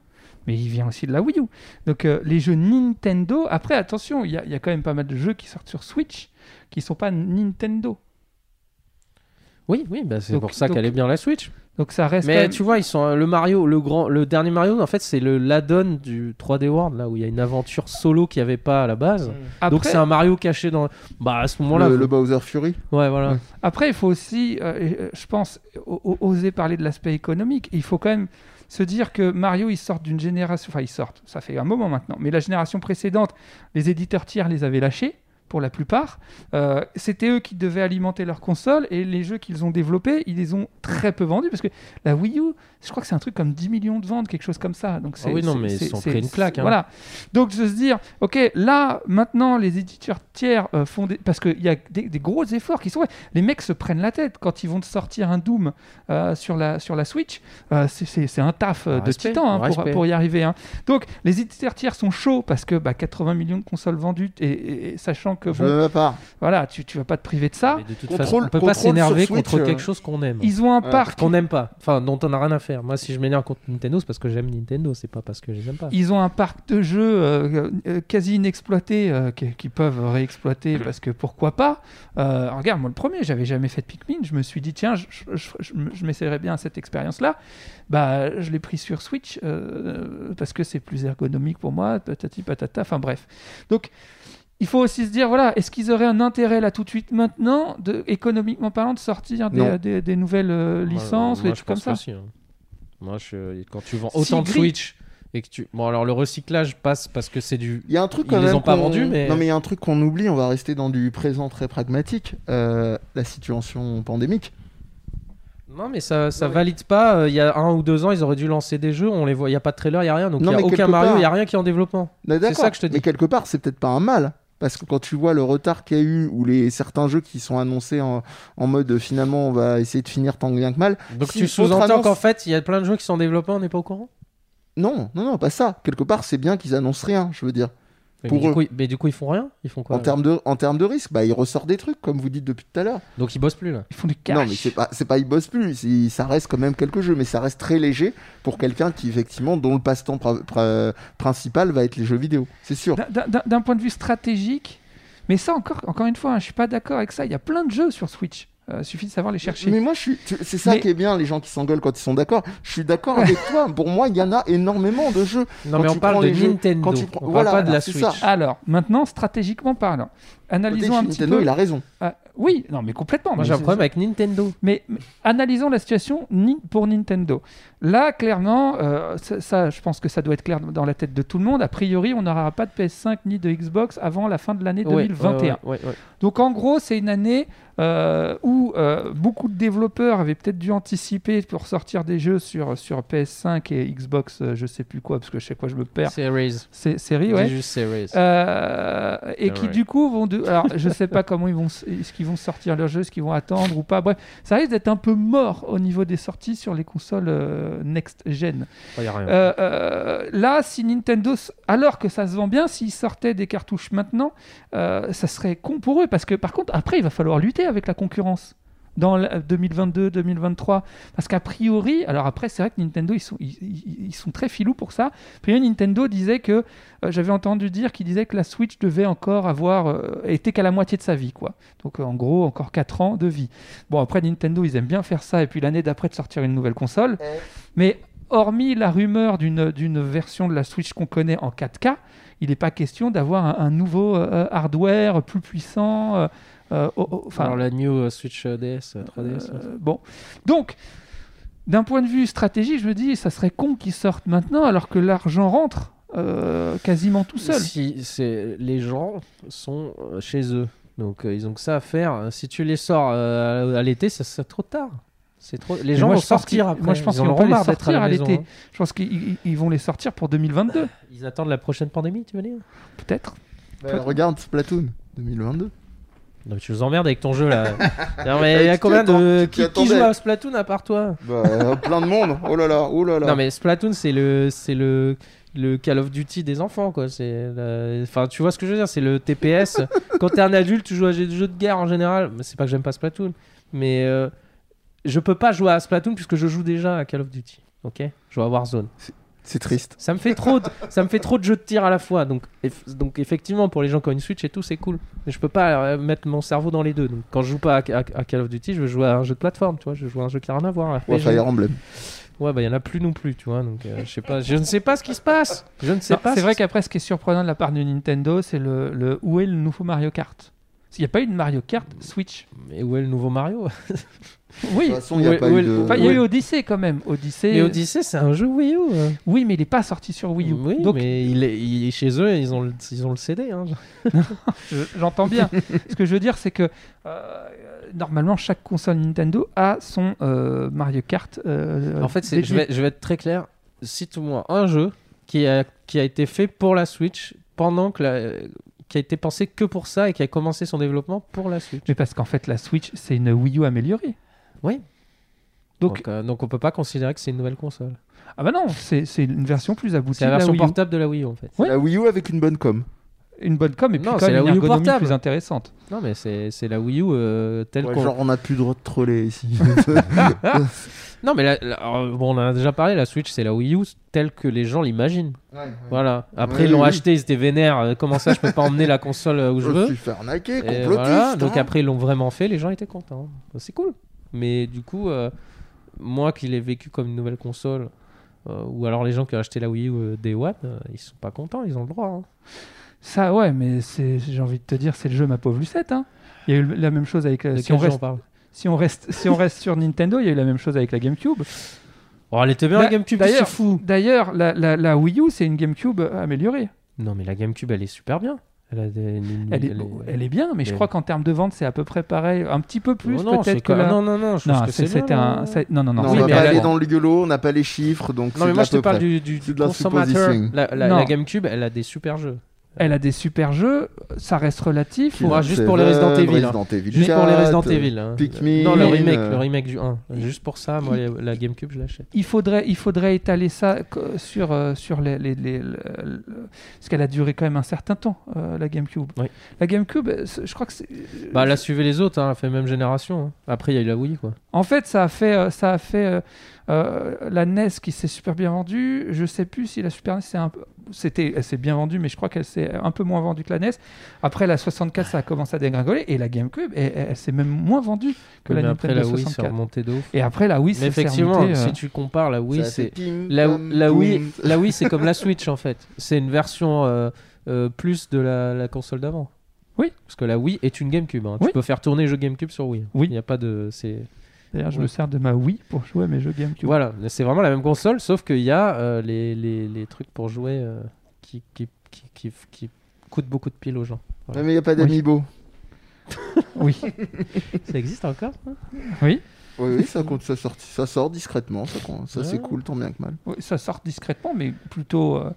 Speaker 3: mais il vient aussi de la Wii U. Donc euh, les jeux Nintendo, après attention, il y, a- il y a quand même pas mal de jeux qui sortent sur Switch qui sont pas Nintendo.
Speaker 1: Oui, oui, bah, c'est
Speaker 3: Donc-
Speaker 1: pour ça
Speaker 3: donc-
Speaker 1: qu'elle est bien la Switch.
Speaker 3: Donc ça reste. quand
Speaker 1: Mais
Speaker 3: même-
Speaker 1: tu vois, ils sont euh, le Mario, le grand, le dernier Mario. En fait, c'est le l'add-on du 3D World là où il y a une aventure solo qu'il n'y avait pas à la base.
Speaker 3: après,
Speaker 1: Donc c'est un Mario caché dans. Bah à ce moment-là,
Speaker 2: Le,
Speaker 1: vous-
Speaker 2: le Bowser Fury.
Speaker 1: ouais, voilà.
Speaker 3: après, il faut aussi, euh, euh, je pense, o- o- oser parler de l'aspect économique. Il faut quand même se dire que Mario, ils sortent d'une génération, enfin ils sortent, ça fait un moment maintenant, mais la génération précédente, les éditeurs tiers les avaient lâchés pour la plupart. Euh, C'était eux qui devaient alimenter leur console et les jeux qu'ils ont développés, ils les ont très peu vendus parce que la Wii U, je crois que c'est un truc comme 10 millions de ventes, quelque chose comme ça. Donc c'est-
Speaker 1: Ah oui, non,
Speaker 3: c'est-
Speaker 1: mais ils
Speaker 3: c'est-
Speaker 1: se sont
Speaker 3: c'est-
Speaker 1: pris une claque, hein.
Speaker 3: Voilà. Donc de se dire, ok, là maintenant les éditeurs tiers euh, font des... parce qu'il y a des, des gros efforts qui sont faits. Les mecs se prennent la tête quand ils vont te sortir un Doom euh, sur la sur la Switch. Euh, c'est- c'est c'est un taf euh, de
Speaker 1: Respect,
Speaker 3: titan hein, pour,
Speaker 1: respect.
Speaker 3: pour y arriver. hein. Donc les éditeurs tiers sont chauds parce que bah, 80 millions de consoles vendues et, et- et sachant que
Speaker 2: Je
Speaker 3: bon,
Speaker 2: veux pas.
Speaker 3: voilà, tu, tu vas pas te priver de ça.
Speaker 1: Mais de toute
Speaker 2: Contrôle-
Speaker 1: façon, on peut
Speaker 2: contrôle
Speaker 1: pas
Speaker 2: sur
Speaker 1: s'énerver
Speaker 2: Switch,
Speaker 1: contre
Speaker 2: euh,
Speaker 1: quelque chose qu'on aime.
Speaker 3: Ah. Ils ont un
Speaker 2: Ouais.
Speaker 3: parc,
Speaker 1: Qu'on n'aime pas, enfin dont on n'a rien à faire. Moi, si je m'énerve contre Nintendo, c'est parce que j'aime Nintendo, c'est pas parce que je les aime pas.
Speaker 3: ils ont un parc de jeux euh, euh, quasi inexploité euh, qui- qu'ils peuvent réexploiter parce que pourquoi pas. Euh, regarde, moi le premier, j'avais jamais fait de Pikmin, je me suis dit tiens, je, je, je- je me- je m'essaierais bien à cette expérience-là. Bah, je l'ai pris sur Switch euh, parce que c'est plus ergonomique pour moi, patati patata. Enfin bref, donc. Il faut aussi se dire, voilà, est-ce qu'ils auraient un intérêt là tout de suite maintenant, de, économiquement parlant, de sortir
Speaker 2: Non.
Speaker 3: des, des- des nouvelles euh, licences ou des
Speaker 1: moi, je
Speaker 3: trucs comme
Speaker 1: pense
Speaker 3: ça
Speaker 1: aussi, hein. Moi, je- quand tu vends
Speaker 3: Si
Speaker 1: autant de
Speaker 3: gris.
Speaker 1: Switch et que tu. Bon, alors le recyclage passe parce que c'est du.
Speaker 2: Il y a un truc
Speaker 1: Ils
Speaker 2: quand
Speaker 1: les
Speaker 2: même
Speaker 1: ont pas
Speaker 2: qu'on-
Speaker 1: vendus, mais-
Speaker 2: Non, mais il y a un truc qu'on oublie, on va rester dans du présent très pragmatique. Euh, la situation pandémique.
Speaker 1: Non, mais ça, ça
Speaker 2: Non, mais-
Speaker 1: valide pas. euh, Il y a un ou deux ans, ils auraient dû lancer des jeux. On les voit. Il y a pas de trailer, il y a rien. Donc il
Speaker 2: Non,
Speaker 1: y a
Speaker 2: mais
Speaker 1: aucun
Speaker 2: quelque
Speaker 1: Mario, il
Speaker 2: part-
Speaker 1: y a rien qui est en développement.
Speaker 2: Mais d'accord,
Speaker 1: ça que je te dis.
Speaker 2: Mais quelque part, c'est peut-être pas un mal. Parce que quand tu vois le retard qu'il y a eu ou les certains jeux qui sont annoncés en, en mode finalement on va essayer de finir tant bien que mal,
Speaker 1: Donc
Speaker 2: Si,
Speaker 1: tu
Speaker 2: autre
Speaker 1: sous-entends
Speaker 2: annonce-
Speaker 1: qu'en fait, il y a plein de jeux qui sont en développement, on n'est pas au courant.
Speaker 2: non, non, non, pas ça. Quelque part, c'est bien qu'ils annoncent rien, je veux dire.
Speaker 1: Mais,
Speaker 2: Pour
Speaker 1: du
Speaker 2: eux.
Speaker 1: coup, ils- mais du coup, ils font rien. Ils font quoi
Speaker 2: en
Speaker 1: là
Speaker 2: termes de, en termes de risque, bah ils ressortent des trucs comme vous dites depuis tout à l'heure.
Speaker 1: Donc ils bossent plus là.
Speaker 3: Ils font des cash.
Speaker 2: Non, mais c'est pas, c'est pas, ils bossent plus. c'est- Ça reste quand même quelques jeux, mais ça reste très léger pour quelqu'un qui effectivement dont le passe-temps pra- pra- principal va être les jeux vidéo. C'est sûr.
Speaker 3: D'un- d'un- d'un- D'un point de vue stratégique, mais ça encore, encore une fois, hein, je suis pas d'accord avec ça. Il y a plein de jeux sur Switch. Euh, suffit de savoir les chercher.
Speaker 2: Mais moi, je suis. tu- C'est ça
Speaker 3: Mais-
Speaker 2: qui est bien, les gens qui s'engueulent quand ils sont d'accord. Je suis d'accord avec toi. Pour moi, il y en a énormément de jeux.
Speaker 1: Non,
Speaker 2: Quand
Speaker 1: mais on
Speaker 2: tu
Speaker 1: parle
Speaker 2: prends
Speaker 1: de
Speaker 2: les jeux-
Speaker 1: Nintendo.
Speaker 2: quand tu prends-
Speaker 1: On
Speaker 2: voilà,
Speaker 1: parle pas de la
Speaker 2: c'est
Speaker 1: Switch.
Speaker 2: ça.
Speaker 3: Alors, maintenant, stratégiquement parlant,
Speaker 2: Peut-être
Speaker 3: analysons
Speaker 2: que
Speaker 3: un petit
Speaker 2: Nintendo,
Speaker 3: peu.
Speaker 2: il a raison.
Speaker 3: Ah, oui, non, mais complètement.
Speaker 1: Moi,
Speaker 3: mais
Speaker 1: j'ai un
Speaker 3: c'est-
Speaker 1: problème avec Nintendo.
Speaker 3: Mais, mais analysons la situation ni- pour Nintendo. Là, clairement, euh, ça, ça, je pense que ça doit être clair dans la tête de tout le monde. A priori, on n'aura pas de PS5 ni de Xbox avant la fin de l'année
Speaker 1: Ouais,
Speaker 3: 2021.
Speaker 1: ouais, ouais, ouais, ouais.
Speaker 3: Donc en gros, c'est une année euh, où euh, beaucoup de développeurs avaient peut-être dû anticiper pour sortir des jeux sur, sur PS5 et Xbox, euh, je sais plus quoi, parce que chaque fois je me perds.
Speaker 1: Series.
Speaker 3: C'est série,
Speaker 1: Dis
Speaker 3: ouais.
Speaker 1: juste Series.
Speaker 3: Euh, et
Speaker 1: Ah
Speaker 3: qui
Speaker 1: ouais.
Speaker 3: du coup vont de... alors je sais pas comment ils vont ce qu'ils vont sortir leur jeu ce qu'ils vont attendre ou pas bref ça risque d'être un peu mort au niveau des sorties sur les consoles euh, next gen
Speaker 1: Oh, y a rien.
Speaker 3: euh, euh, là, si Nintendo, s- alors que ça se vend bien, s'ils sortaient des cartouches maintenant, euh, ça serait con pour eux. Parce que par contre, après, il va falloir lutter avec la concurrence dans la- euh, 2022, 2023. Parce qu'a priori, alors après, c'est vrai que Nintendo, ils sont, ils, ils- ils sont très filous pour ça. A priori, Nintendo disait que, euh, j'avais entendu dire qu'il disait que la Switch devait encore avoir, euh, était qu'à la moitié de sa vie, quoi. Donc euh, en gros, encore 4 ans de vie. Bon, après, Nintendo, ils aiment bien faire ça, et puis l'année d'après, de sortir une nouvelle console. Mais hormis la rumeur d'une d'une version de la Switch qu'on connaît en 4K, il n'est pas question d'avoir un, un nouveau euh, hardware plus puissant. euh, euh, au- au- enfin,
Speaker 1: Alors la new euh, Switch euh, DS, euh, 3DS.
Speaker 3: euh, bon. Donc, d'un point de vue stratégie, je me dis, ça serait con qu'ils sortent maintenant alors que l'argent rentre euh, quasiment tout seul.
Speaker 1: Si c'est les gens sont euh, chez eux, donc euh, ils ont que ça à faire. Si tu les sors euh, à l'été, ça sera trop tard. C'est trop. Les
Speaker 3: Mais
Speaker 1: gens
Speaker 3: moi,
Speaker 1: vont
Speaker 3: je pense
Speaker 1: sortir
Speaker 3: qu'ils-
Speaker 1: après.
Speaker 3: moi, je pense
Speaker 1: ils en
Speaker 3: qu'ils vont
Speaker 1: auront
Speaker 3: pas les
Speaker 1: marre d'être à
Speaker 3: sortir
Speaker 1: la
Speaker 3: à
Speaker 1: maison,
Speaker 3: l'été.
Speaker 1: hein.
Speaker 3: Je pense qu'ils ils- ils vont les sortir pour 2022,
Speaker 1: Ils attendent la prochaine pandémie, tu veux dire
Speaker 3: peut-être.
Speaker 2: Bah, regarde Splatoon 2022.
Speaker 1: Non, mais tu nous emmerdes avec ton jeu là. non mais
Speaker 2: Eh,
Speaker 1: il y a
Speaker 2: tu
Speaker 1: combien de
Speaker 2: t'y
Speaker 1: qui, qui
Speaker 2: attendais.
Speaker 1: joue à Splatoon à part toi
Speaker 2: Bah, euh, plein de monde. Oh là là, oh là là.
Speaker 1: Non mais Splatoon c'est le c'est le le Call of Duty des enfants quoi. C'est la- enfin tu vois ce que je veux dire, c'est le TPS. Quand t'es un adulte, tu joues à des jeux de guerre en général. Mais c'est pas que j'aime pas Splatoon, mais euh, je peux pas jouer à Splatoon puisque je joue déjà à Call of Duty. Ok, je joue à Warzone.
Speaker 2: C'est triste.
Speaker 1: Ça me fait trop, de, ça me fait trop de jeux de tir à la fois. Donc, eff- donc effectivement, pour les gens qui ont une Switch et tout, c'est cool. Mais je peux pas euh, mettre mon cerveau dans les deux. Donc, quand je joue pas à, à- à Call of Duty, je veux jouer à un jeu de plateforme, tu vois. Je joue à un jeu qui a rien à voir. un
Speaker 2: Ou à
Speaker 1: RPG.
Speaker 2: Fire Emblem.
Speaker 1: Ouais, bah il y en a plus non plus, tu vois. Donc, euh, je sais pas, je ne sais pas ce qui se passe. Je ne sais
Speaker 3: Non,
Speaker 1: pas.
Speaker 3: C'est
Speaker 1: ce
Speaker 3: vrai
Speaker 1: qui
Speaker 3: qu'après, ce qui est surprenant de la part de Nintendo, c'est le, le- où est le nouveau Mario Kart Il n'y a pas eu de Mario Kart Switch.
Speaker 1: se- Mais où est le nouveau Mario
Speaker 2: De
Speaker 3: Oui,
Speaker 2: toute façon, il n'y
Speaker 1: Ouais,
Speaker 2: a pas
Speaker 1: ouais,
Speaker 2: eu de.
Speaker 3: enfin, il y a
Speaker 1: ouais.
Speaker 3: eu Odyssey quand même. Odyssey,
Speaker 1: Mais Odyssey, c'est un jeu Wii U. hein.
Speaker 3: oui, mais il n'est pas sorti sur Wii U.
Speaker 1: Oui,
Speaker 3: Donc,
Speaker 1: mais il est, il est chez eux, ils ont le, ils ont le CD. hein.
Speaker 3: je- j'entends bien. Ce que je veux dire, c'est que euh, normalement, chaque console Nintendo a son euh, Mario Kart. euh,
Speaker 1: En fait, c'est-
Speaker 3: dédié.
Speaker 1: je vais, je vais être très clair. Cite-moi un jeu qui a, qui a été fait pour la Switch pendant que la, qui a été pensé que pour ça et qui a commencé son développement pour la Switch.
Speaker 3: Mais parce qu'en fait, la Switch, c'est une Wii U améliorée.
Speaker 1: Oui.
Speaker 3: Donc,
Speaker 1: Donc, euh, donc on peut pas considérer que c'est une nouvelle console.
Speaker 3: ah bah non, c'est c'est une version plus aboutie.
Speaker 1: C'est la
Speaker 3: de
Speaker 1: version
Speaker 3: Wii U.
Speaker 1: portable de la Wii U en fait.
Speaker 3: Ouais.
Speaker 2: La Wii U avec une bonne com.
Speaker 3: une bonne com et puis
Speaker 1: Non,
Speaker 3: quand
Speaker 1: c'est
Speaker 3: même
Speaker 1: la
Speaker 3: une
Speaker 1: Wii U
Speaker 3: ergonomie
Speaker 1: portable.
Speaker 3: plus intéressante.
Speaker 1: Non, mais c'est c'est la Wii U euh, telle
Speaker 2: Ouais,
Speaker 1: qu'on.
Speaker 2: genre, on a plus de droit de troller ici.
Speaker 1: Non, mais la- la- alors, bon, on en a déjà parlé, la Switch, c'est la Wii U telle que les gens l'imaginent. Voilà. Après,
Speaker 2: Ouais,
Speaker 1: ils l'ont
Speaker 2: oui, oui.
Speaker 1: acheté, ils étaient vénères. euh, Comment ça, je peux pas emmener la console euh, où je
Speaker 2: Je me
Speaker 1: veux
Speaker 2: suis fait arnaquer,
Speaker 1: Et
Speaker 2: complotiste.
Speaker 1: voilà, donc
Speaker 2: hein.
Speaker 1: après ils l'ont vraiment fait, les gens étaient contents. Bah, C'est cool. Mais du coup, euh, moi qui l'ai vécu comme une nouvelle console, euh, ou alors les gens qui ont acheté la Wii U euh, Day One, euh, ils sont pas contents, ils ont le droit. hein.
Speaker 3: Ça, ouais, mais c'est- j'ai envie de te dire, c'est le jeu, ma pauvre Lucette. hein. Il y a eu la même chose avec. euh,
Speaker 1: De
Speaker 3: si,
Speaker 1: quel
Speaker 3: on
Speaker 1: jeu on
Speaker 3: reste,
Speaker 1: parle
Speaker 3: si, on reste, si on reste sur Nintendo, il y a eu la même chose avec la GameCube.
Speaker 1: Oh, elle était bien la
Speaker 3: D'a-
Speaker 1: GameCube,
Speaker 3: Bah, d'ailleurs-
Speaker 1: c'est fou.
Speaker 3: D'ailleurs, la, la- la Wii U, c'est une GameCube euh, améliorée.
Speaker 1: Non, mais la GameCube, elle est super bien. Elle, a des- une-
Speaker 3: Elle est,
Speaker 1: elle est-
Speaker 3: elle est bien, mais je
Speaker 1: elle-
Speaker 3: crois qu'en termes de vente, c'est à peu près pareil. Un petit peu plus,
Speaker 1: Oh non, c'est
Speaker 3: peut-être que
Speaker 1: quoi-
Speaker 3: la.
Speaker 1: non, non, non, je pense
Speaker 3: Non,
Speaker 1: que
Speaker 3: c'est-
Speaker 1: c'est bien, hein.
Speaker 3: c'était
Speaker 1: non.
Speaker 3: un. c'est- Non, non, non.
Speaker 2: Non,
Speaker 1: Oui,
Speaker 2: on va
Speaker 1: mais
Speaker 2: pas
Speaker 1: elle a-
Speaker 2: aller dans le gueulot, on n'a pas les chiffres, donc.
Speaker 1: Non, mais moi je te parle du, du,
Speaker 2: C'est
Speaker 1: du
Speaker 2: de la
Speaker 1: consommateur.
Speaker 2: supposition.
Speaker 1: La, la-
Speaker 3: Non.
Speaker 1: la GameCube, elle a des super jeux.
Speaker 3: Elle a des super jeux, ça reste relatif.
Speaker 1: Moi, juste pour les Resident
Speaker 2: euh,
Speaker 1: Evil, hein. Juste pour les Resident Evil. hein.
Speaker 2: Pikmin,
Speaker 1: non, le remake,
Speaker 2: euh,
Speaker 1: le remake du 1. Juste pour ça, moi, la- la GameCube, je l'achète.
Speaker 3: Il faudrait, il faudrait étaler ça co- sur, euh, sur les, les- les- le- le- parce qu'elle a duré quand même un certain temps, euh, la GameCube.
Speaker 1: Oui.
Speaker 3: La GameCube, euh, c'est- je crois que c'est.
Speaker 2: Euh,
Speaker 1: Bah, elle a suivi les autres, hein, elle fait même génération. hein. Après, il y a eu la Wii, quoi.
Speaker 3: En fait, ça a fait, euh, ça a fait euh, euh, la NES qui s'est super bien vendue. Je sais plus si la Super NES s'est un peu- c'était, elle s'est bien vendue, mais je crois qu'elle s'est un peu moins vendue que la NES. Après la 64, ça a commencé à dégringoler et la GameCube, elle, elle- elle s'est même moins vendue que
Speaker 1: Mais
Speaker 3: la
Speaker 1: après, la
Speaker 3: Nintendo
Speaker 1: Wii, c'est
Speaker 3: 64.
Speaker 1: remonté de ouf.
Speaker 3: Et après la Wii,
Speaker 1: Mais
Speaker 3: c'est
Speaker 1: effectivement,
Speaker 3: remonté, euh,
Speaker 1: si tu compares la Wii,
Speaker 2: ça fait
Speaker 1: c'est.
Speaker 2: pim,
Speaker 1: La,
Speaker 2: pam,
Speaker 1: la Wii,
Speaker 2: poum.
Speaker 1: la Wii c'est comme la Switch, en fait. C'est une version euh, euh, plus de la, la console d'avant.
Speaker 3: Oui.
Speaker 1: Parce que la Wii est une GameCube. hein.
Speaker 3: Oui.
Speaker 1: Tu peux faire tourner les jeux GameCube sur Wii.
Speaker 3: Oui.
Speaker 1: Il n'y a pas de. C'est...
Speaker 3: D'ailleurs, je
Speaker 1: Oui.
Speaker 3: me sers de ma Wii pour jouer à mes jeux GameCube.
Speaker 1: Voilà, mais c'est vraiment la même console, sauf qu'il y a euh, les, les- les trucs pour jouer euh, qui, qui, qui, qui- qui coûtent beaucoup de piles aux gens.
Speaker 2: Ouais, mais il n'y a pas d'amiibo.
Speaker 3: Oui.
Speaker 1: Ça existe encore ça
Speaker 2: Oui, oui, ça, compte, ça, sort, ça sort discrètement, ça, compte- ça c'est
Speaker 1: Ouais.
Speaker 2: cool, tant bien que mal.
Speaker 3: Oui, ça sort discrètement, mais plutôt. euh,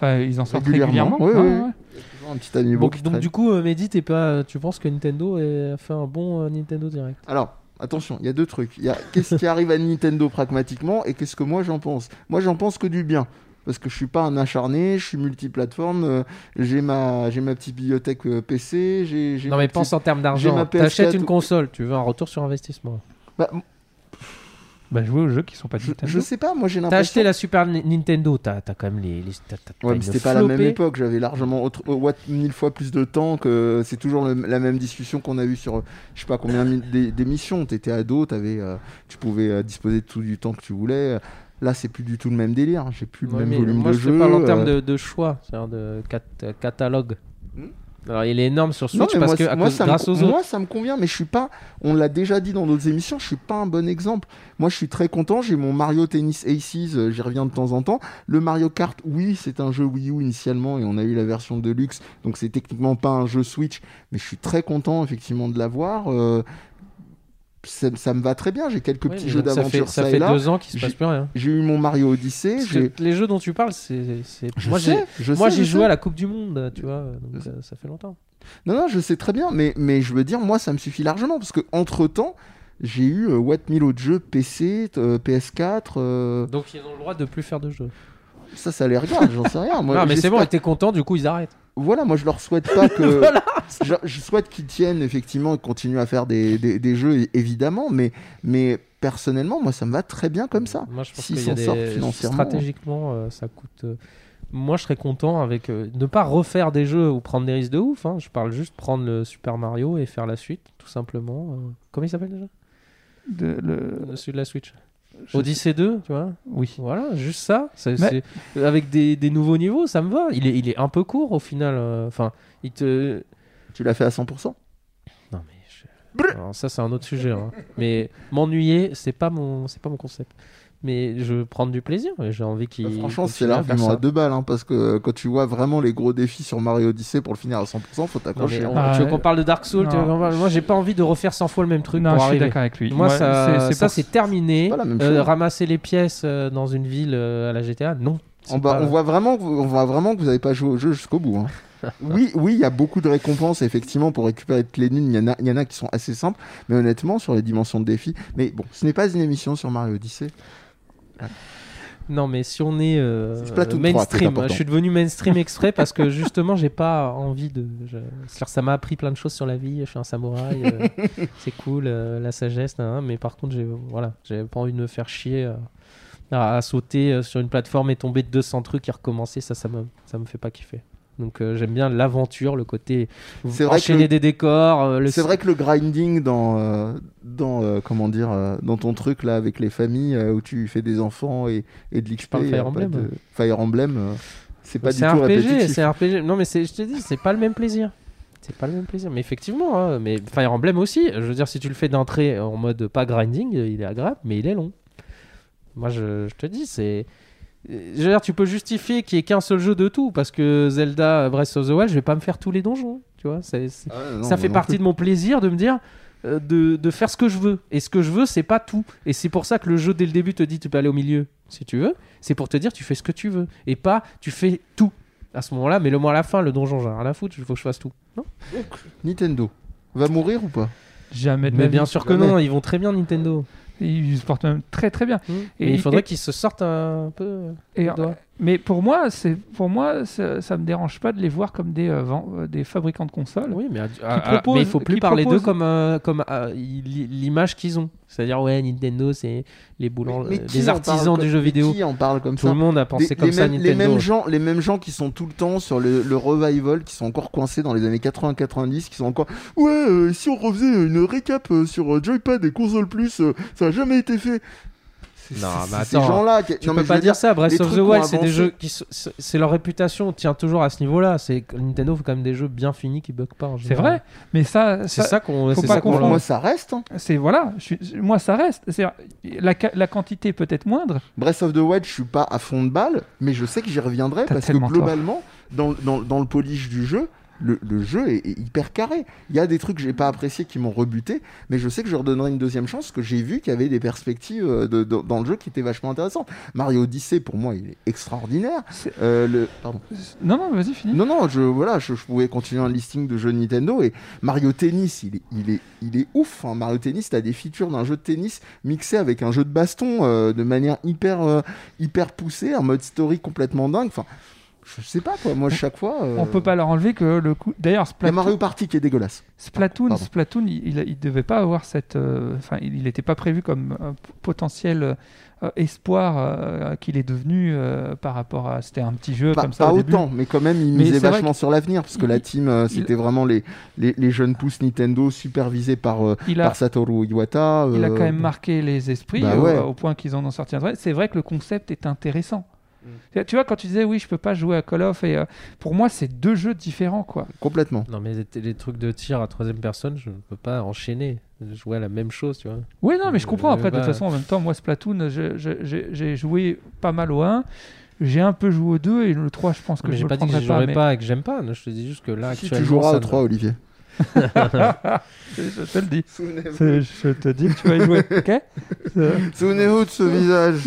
Speaker 3: Enfin, ils en sortent régulièrement.
Speaker 2: Régulièrement, oui,
Speaker 3: Ah,
Speaker 2: oui.
Speaker 3: ouais.
Speaker 2: Toujours un petit amiibo
Speaker 1: Donc,
Speaker 2: qui
Speaker 1: donc
Speaker 2: traîne.
Speaker 1: du coup, euh, Mehdi, t'es pas, euh, tu penses que Nintendo est- a fait un bon euh, Nintendo Direct
Speaker 2: Alors, attention, il y a deux trucs. Il y a qu'est-ce qui arrive à Nintendo pragmatiquement et qu'est-ce que moi j'en pense. Moi j'en pense que du bien. Parce que je suis pas un acharné, je suis multiplateforme, euh, j'ai ma, j'ai ma petite bibliothèque euh, PC, j'ai. j'ai
Speaker 1: Non
Speaker 2: ma
Speaker 1: mais
Speaker 2: petite-
Speaker 1: pense en termes d'argent.
Speaker 2: ma
Speaker 1: T'achètes
Speaker 2: PS4
Speaker 1: une console, tu veux un retour sur investissement.
Speaker 2: Bah, m-
Speaker 3: Bah, jouer aux jeux qui sont pas
Speaker 2: je,
Speaker 3: Nintendo.
Speaker 2: je sais pas, moi j'ai
Speaker 1: T'as
Speaker 2: l'impression.
Speaker 1: acheté la Super Ni- Nintendo, t'as t'as quand même les. les t'as- t'as-
Speaker 2: Ouais,
Speaker 1: t'as
Speaker 2: mais
Speaker 1: une
Speaker 2: c'était pas la même
Speaker 1: flopée.
Speaker 2: époque. J'avais largement autre, euh, what- mille fois plus de temps que c'est toujours le- la même discussion qu'on a eue sur euh, je sais pas combien mi- d'é- d'émissions. T'étais ado, t'avais, euh, tu pouvais euh, disposer de tout du temps que tu voulais. Là, c'est plus du tout le même délire. hein. J'ai plus le
Speaker 1: Ouais,
Speaker 2: même
Speaker 1: mais
Speaker 2: volume
Speaker 1: moi,
Speaker 2: de
Speaker 1: je
Speaker 2: jeu.
Speaker 1: te parle en
Speaker 2: euh,
Speaker 1: termes de, de choix, c'est-à-dire de cat- euh, catalogue.
Speaker 2: Hmm
Speaker 1: Alors il est énorme sur
Speaker 2: Non,
Speaker 1: Switch
Speaker 2: mais
Speaker 1: parce
Speaker 2: moi,
Speaker 1: que à
Speaker 2: moi,
Speaker 1: cause-
Speaker 2: ça me-
Speaker 1: grâce aux autres.
Speaker 2: moi, ça me convient, mais je suis pas. On l'a déjà dit dans d'autres émissions, je suis pas un bon exemple. Moi, je suis très content. J'ai mon Mario Tennis Aces, euh, j'y reviens de temps en temps. Le Mario Kart, oui, c'est un jeu Wii U initialement et on a eu la version de luxe, donc c'est techniquement pas un jeu Switch, mais je suis très content effectivement de l'avoir. euh, ça, ça me va très bien. J'ai quelques
Speaker 1: Ouais,
Speaker 2: petits
Speaker 1: mais
Speaker 2: jeux
Speaker 1: donc, ça fait,
Speaker 2: d'aventure
Speaker 1: ça
Speaker 2: ça,
Speaker 1: fait
Speaker 2: et là.
Speaker 1: deux ans qu'il se passe
Speaker 2: j'ai-
Speaker 1: plus rien.
Speaker 2: J'ai eu mon Mario Odyssey.
Speaker 1: Parce que
Speaker 2: j'ai-
Speaker 1: les jeux dont tu parles, c'est. c'est-
Speaker 2: Je
Speaker 1: Moi j'ai
Speaker 2: sais, je
Speaker 1: moi,
Speaker 2: sais,
Speaker 1: j'ai
Speaker 2: je
Speaker 1: joué
Speaker 2: sais.
Speaker 1: à la Coupe du Monde, tu vois, donc ça- ça fait longtemps.
Speaker 2: Non, non, je sais très bien, mais, mais je veux dire, moi, ça me suffit largement, parce que entre temps, j'ai eu euh, what mille autres jeux PC, euh, PS4, euh,
Speaker 1: Donc ils ont le droit de plus faire de jeux.
Speaker 2: ça, ça les regarde, j'en sais rien. Moi,
Speaker 1: non mais c'est bon,
Speaker 2: j'espère-
Speaker 1: t'es content, du coup ils arrêtent.
Speaker 2: Voilà, moi, je leur souhaite pas que.
Speaker 1: Voilà.
Speaker 2: je, je souhaite qu'ils tiennent, effectivement, et continuent à faire des, des, des jeux, é- évidemment, mais, mais personnellement, moi, ça me va très bien comme ça.
Speaker 1: Moi, je pense
Speaker 2: Ah, S'ils
Speaker 1: qu'il y a
Speaker 2: s'en sortent
Speaker 1: des...
Speaker 2: financièrement.
Speaker 1: Stratégiquement, euh, ça coûte. euh, Moi, je serais content avec euh, ne pas refaire des jeux ou prendre des risques de ouf. hein. Je parle juste prendre le Super Mario et faire la suite, tout simplement. euh, Comment il s'appelle déjà
Speaker 3: De- le-
Speaker 1: Euh, Celui de la Switch.
Speaker 3: je-
Speaker 1: Odyssey 2, tu vois.
Speaker 3: Oui.
Speaker 1: Voilà, juste ça. C'est-
Speaker 3: Mais-
Speaker 1: c'est- Avec des, des nouveaux niveaux, ça me va. Il est, il est un peu court au final. euh, Enfin, il te.
Speaker 2: Tu l'as fait à 100%.
Speaker 1: Non mais je- Alors, ça c'est un autre sujet. hein. Mais m'ennuyer, c'est pas mon, c'est pas mon concept. Mais je veux prendre du plaisir. et J'ai envie qu'il.
Speaker 2: Bah, Franchement, c'est
Speaker 1: continue à faire
Speaker 2: l'argument
Speaker 1: ça.
Speaker 2: à deux balles, hein, parce que euh, quand tu vois vraiment les gros défis sur Mario Odyssey pour le finir à 100%, faut
Speaker 1: Non, mais
Speaker 2: t'accrocher.
Speaker 1: on-
Speaker 3: Ah,
Speaker 1: tu veux
Speaker 3: ouais.
Speaker 1: qu'on parle de Dark Souls tu veux
Speaker 3: Non.
Speaker 1: qu'on parle- Moi, j'ai pas envie de refaire 100 fois le même truc
Speaker 3: non,
Speaker 1: pour
Speaker 3: je suis
Speaker 1: arriver.
Speaker 3: d'accord avec lui.
Speaker 1: Moi, ça,
Speaker 3: c'est- c'est
Speaker 1: ça
Speaker 3: pour-
Speaker 1: c'est terminé.
Speaker 2: pas la même
Speaker 1: Euh,
Speaker 2: chose.
Speaker 1: ramasser les pièces euh, dans une ville euh, à la GTA, non. C'est
Speaker 2: On, va-
Speaker 1: pas-
Speaker 2: on voit vraiment, que vous- on voit vraiment que vous n'avez pas joué au jeu jusqu'au bout. hein. oui, oui, il y a beaucoup de récompenses effectivement pour récupérer toutes les lunes. Il y en a, il y en a qui sont assez simples, mais honnêtement sur les dimensions de défi. Mais bon, ce n'est pas une émission sur Mario Odyssey.
Speaker 1: Non, mais si on est euh,
Speaker 2: C'est Splatoon 3, c'est
Speaker 1: mainstream, hein,
Speaker 2: important.
Speaker 1: je suis devenu mainstream exprès parce que justement, j'ai pas envie de. je- c'est-à-dire, Ça m'a appris plein de choses sur la vie. Je suis un samouraï, euh, c'est cool, euh, la sagesse, nan, nan, mais par contre, j'ai voilà, j'ai pas envie de me faire chier euh, à, à sauter euh, sur une plateforme et tomber de 200 trucs et recommencer. Ça, ça me, ça me fait pas kiffer. Donc euh, j'aime bien l'aventure, le côté
Speaker 2: C'est vrai que
Speaker 1: enchaîner
Speaker 2: le-
Speaker 1: des décors. euh, le
Speaker 2: C'est vrai que le grinding dans, euh, dans euh, comment dire, euh, dans ton truc là avec les familles euh, où tu fais des enfants et, et de l'XP,
Speaker 1: parles
Speaker 2: et
Speaker 1: Fire
Speaker 2: pas
Speaker 1: Emblem.
Speaker 2: de- Fire Emblem, euh, c'est pas du
Speaker 1: C'est un
Speaker 2: tout
Speaker 1: RPG,
Speaker 2: répétitif.
Speaker 1: c'est un RPG. Non, mais c'est- je te dis, c'est pas le même plaisir. C'est pas le même plaisir. Mais effectivement, hein, mais Fire Emblem aussi. Je veux dire, si tu le fais d'entrée en mode pas grinding, euh, il est agréable, mais il est long. Moi, je, je te dis, c'est. Je veux dire, tu peux justifier qu'il n'y ait qu'un seul jeu de tout, parce que Zelda Breath of the Wild, je vais pas me faire tous les donjons. Tu vois, c'est- c'est-
Speaker 2: Ah, non,
Speaker 1: ça
Speaker 2: moi
Speaker 1: fait
Speaker 2: non
Speaker 1: partie
Speaker 2: plus.
Speaker 1: de mon plaisir de me dire euh, de, de faire ce que je veux. Et ce que je veux, c'est pas tout. Et c'est pour ça que le jeu, dès le début, te dit tu peux aller au milieu si tu veux. C'est pour te dire tu fais ce que tu veux. Et pas tu fais tout. À ce moment-là, mais le moi à la fin, le donjon, j'en ai rien à foutre, il faut que je fasse tout.
Speaker 2: Nintendo va mourir ou pas
Speaker 3: Jamais de
Speaker 1: Mais
Speaker 3: ma
Speaker 1: bien
Speaker 3: vie.
Speaker 1: sûr que
Speaker 2: jamais.
Speaker 1: non, ils vont très bien Nintendo.
Speaker 3: Ils se portent même très très bien.
Speaker 1: Mmh. Et il
Speaker 3: Et-
Speaker 1: faudrait
Speaker 3: et-
Speaker 1: qu'ils se sortent un peu. euh,
Speaker 3: Et,
Speaker 1: le doigt.
Speaker 3: mais pour moi, c'est pour moi, ça, ça me dérange pas de les voir comme des, euh, ven- euh, des fabricants de consoles.
Speaker 1: Oui, mais, à- à- à-
Speaker 3: proposent-
Speaker 1: mais il faut plus
Speaker 3: qui
Speaker 1: parler d'eux
Speaker 3: proposent-
Speaker 1: comme, euh, comme euh, i- li- l'image qu'ils ont. C'est-à-dire, ouais, Nintendo, c'est les boulangers, euh,
Speaker 2: Mais- mais qui
Speaker 1: les
Speaker 2: en parle
Speaker 1: artisans
Speaker 2: comme-
Speaker 1: du jeu
Speaker 2: mais
Speaker 1: vidéo.
Speaker 2: Qui en parle comme
Speaker 1: Tout
Speaker 2: ça
Speaker 1: le monde a pensé
Speaker 2: Des-
Speaker 1: comme
Speaker 2: les,
Speaker 1: ça
Speaker 2: mêmes, les
Speaker 1: Nintendo.
Speaker 2: mêmes gens, les mêmes gens qui sont tout le temps sur le, le revival, qui sont encore coincés dans les années 80-90, qui sont encore ouais, euh, si on refaisait une récap euh, sur euh, Joypad et console plus, euh, ça a jamais été fait. C'est-
Speaker 1: Non,
Speaker 2: c'est-
Speaker 1: mais
Speaker 2: c'est
Speaker 1: attends,
Speaker 2: ces gens-là. Qui...
Speaker 1: Tu
Speaker 2: non,
Speaker 1: peux
Speaker 2: mais je
Speaker 1: pas
Speaker 2: veux
Speaker 1: dire ça.
Speaker 2: les
Speaker 1: Breath of the
Speaker 2: trucs ont
Speaker 1: Wild, c'est des
Speaker 2: avancé.
Speaker 1: jeux qui, sont- c'est c'est leur réputation tient toujours à ce niveau-là. C'est que Nintendo fait quand même des jeux bien finis qui bug pas. en
Speaker 3: C'est
Speaker 1: général.
Speaker 3: vrai, mais ça,
Speaker 1: C'est
Speaker 3: ça,
Speaker 1: ça qu'on.
Speaker 3: faut
Speaker 1: c'est
Speaker 3: pas
Speaker 1: ça qu'on
Speaker 2: Pour
Speaker 3: confondre.
Speaker 2: moi,
Speaker 1: leur-
Speaker 2: ça reste. hein.
Speaker 3: c'est voilà. je suis- moi, ça reste. C'est-à-dire, La, ca- la quantité peut-être moindre.
Speaker 2: Breath of the Wild, je suis pas à fond de balle, mais je sais que j'y reviendrai
Speaker 3: T'as
Speaker 2: parce que
Speaker 3: tellement tort.
Speaker 2: globalement, dans, dans- dans le polish du jeu, le, le jeu est, est hyper carré. Il y a des trucs que j'ai pas appréciés qui m'ont rebuté, mais je sais que je redonnerai une deuxième chance parce que j'ai vu qu'il y avait des perspectives euh, de- de- dans le jeu qui étaient vachement intéressantes. Mario Odyssey, pour moi, il est extraordinaire.
Speaker 3: C'est-
Speaker 2: Euh, le... Pardon.
Speaker 3: Non, non, vas-y, finis.
Speaker 2: Non, non, je, voilà, je, je pouvais continuer un listing de jeux Nintendo et Mario Tennis, il est, il est, il est ouf. hein. Mario Tennis, t'as des features d'un jeu de tennis mixé avec un jeu de baston euh, de manière hyper, euh, hyper poussée, un mode story complètement dingue. Enfin, je sais pas quoi, moi, chaque fois. euh,
Speaker 3: On peut pas leur enlever que le coup. D'ailleurs,
Speaker 2: Il y a
Speaker 3: Splatoon,
Speaker 2: Mario Party qui est dégueulasse.
Speaker 3: Splatoon,
Speaker 2: Pardon.
Speaker 3: Splatoon, il, il- il devait pas avoir cette. euh, Enfin, il il n'était pas prévu comme euh, p- potentiel euh, euh, espoir euh, qu'il est devenu euh, par rapport à. C'était un petit jeu
Speaker 2: Pas,
Speaker 3: comme ça
Speaker 2: Bah, pas
Speaker 3: au début.
Speaker 2: autant, mais quand même, il
Speaker 3: Mais
Speaker 2: misait
Speaker 3: c'est vrai
Speaker 2: vachement sur l'avenir, parce que
Speaker 3: il-
Speaker 2: la team, euh, c'était vraiment les, les, les jeunes pousses Nintendo supervisés par, euh,
Speaker 3: Il a,
Speaker 2: par Satoru Iwata.
Speaker 3: il a
Speaker 2: euh,
Speaker 3: quand même marqué les esprits
Speaker 2: Bah
Speaker 3: au,
Speaker 2: ouais.
Speaker 3: au point qu'ils en ont sorti un vrai. C'est vrai que le concept est intéressant.
Speaker 1: Mm.
Speaker 3: Tu- Tu vois, quand tu disais oui, je peux pas jouer à Call of, et euh, pour moi, c'est deux jeux différents, quoi.
Speaker 2: Complètement.
Speaker 1: Non mais les, les trucs de tir à troisième personne, je ne peux pas enchaîner, jouer à la même chose, tu vois.
Speaker 3: Oui, non, mais je
Speaker 1: Euh,
Speaker 3: comprends. Après, de
Speaker 1: bah-
Speaker 3: toute façon, en même temps, moi, Splatoon, je- je- j'ai j'ai joué pas mal au 1, j'ai un peu joué au 2, et le 3, je pense que
Speaker 1: mais
Speaker 3: je
Speaker 1: j'ai
Speaker 3: me
Speaker 1: pas dit que
Speaker 3: prendrai
Speaker 1: je jouerais
Speaker 3: mais-
Speaker 1: pas, et que j'aime pas. Je te dis juste que là,
Speaker 2: Si
Speaker 1: actuellement,
Speaker 2: tu joueras
Speaker 1: ça
Speaker 2: aux
Speaker 1: ne-
Speaker 2: trois, Olivier.
Speaker 3: je te le dis. C'est- Je te dis que tu vas y jouer. ok C'est-
Speaker 2: Souvenez-vous de ce visage.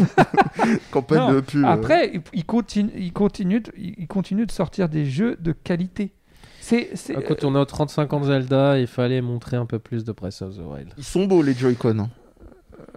Speaker 2: Campagne
Speaker 3: Non,
Speaker 2: de pub. euh.
Speaker 3: Après, il- il continue, il, continue de, il continue de sortir des jeux de qualité. C'est. c'est-
Speaker 1: Ah, Quand on est aux 35 ans de Zelda, il fallait montrer un peu plus de Breath of the Wild.
Speaker 2: Ils sont beaux les Joy-Con hein,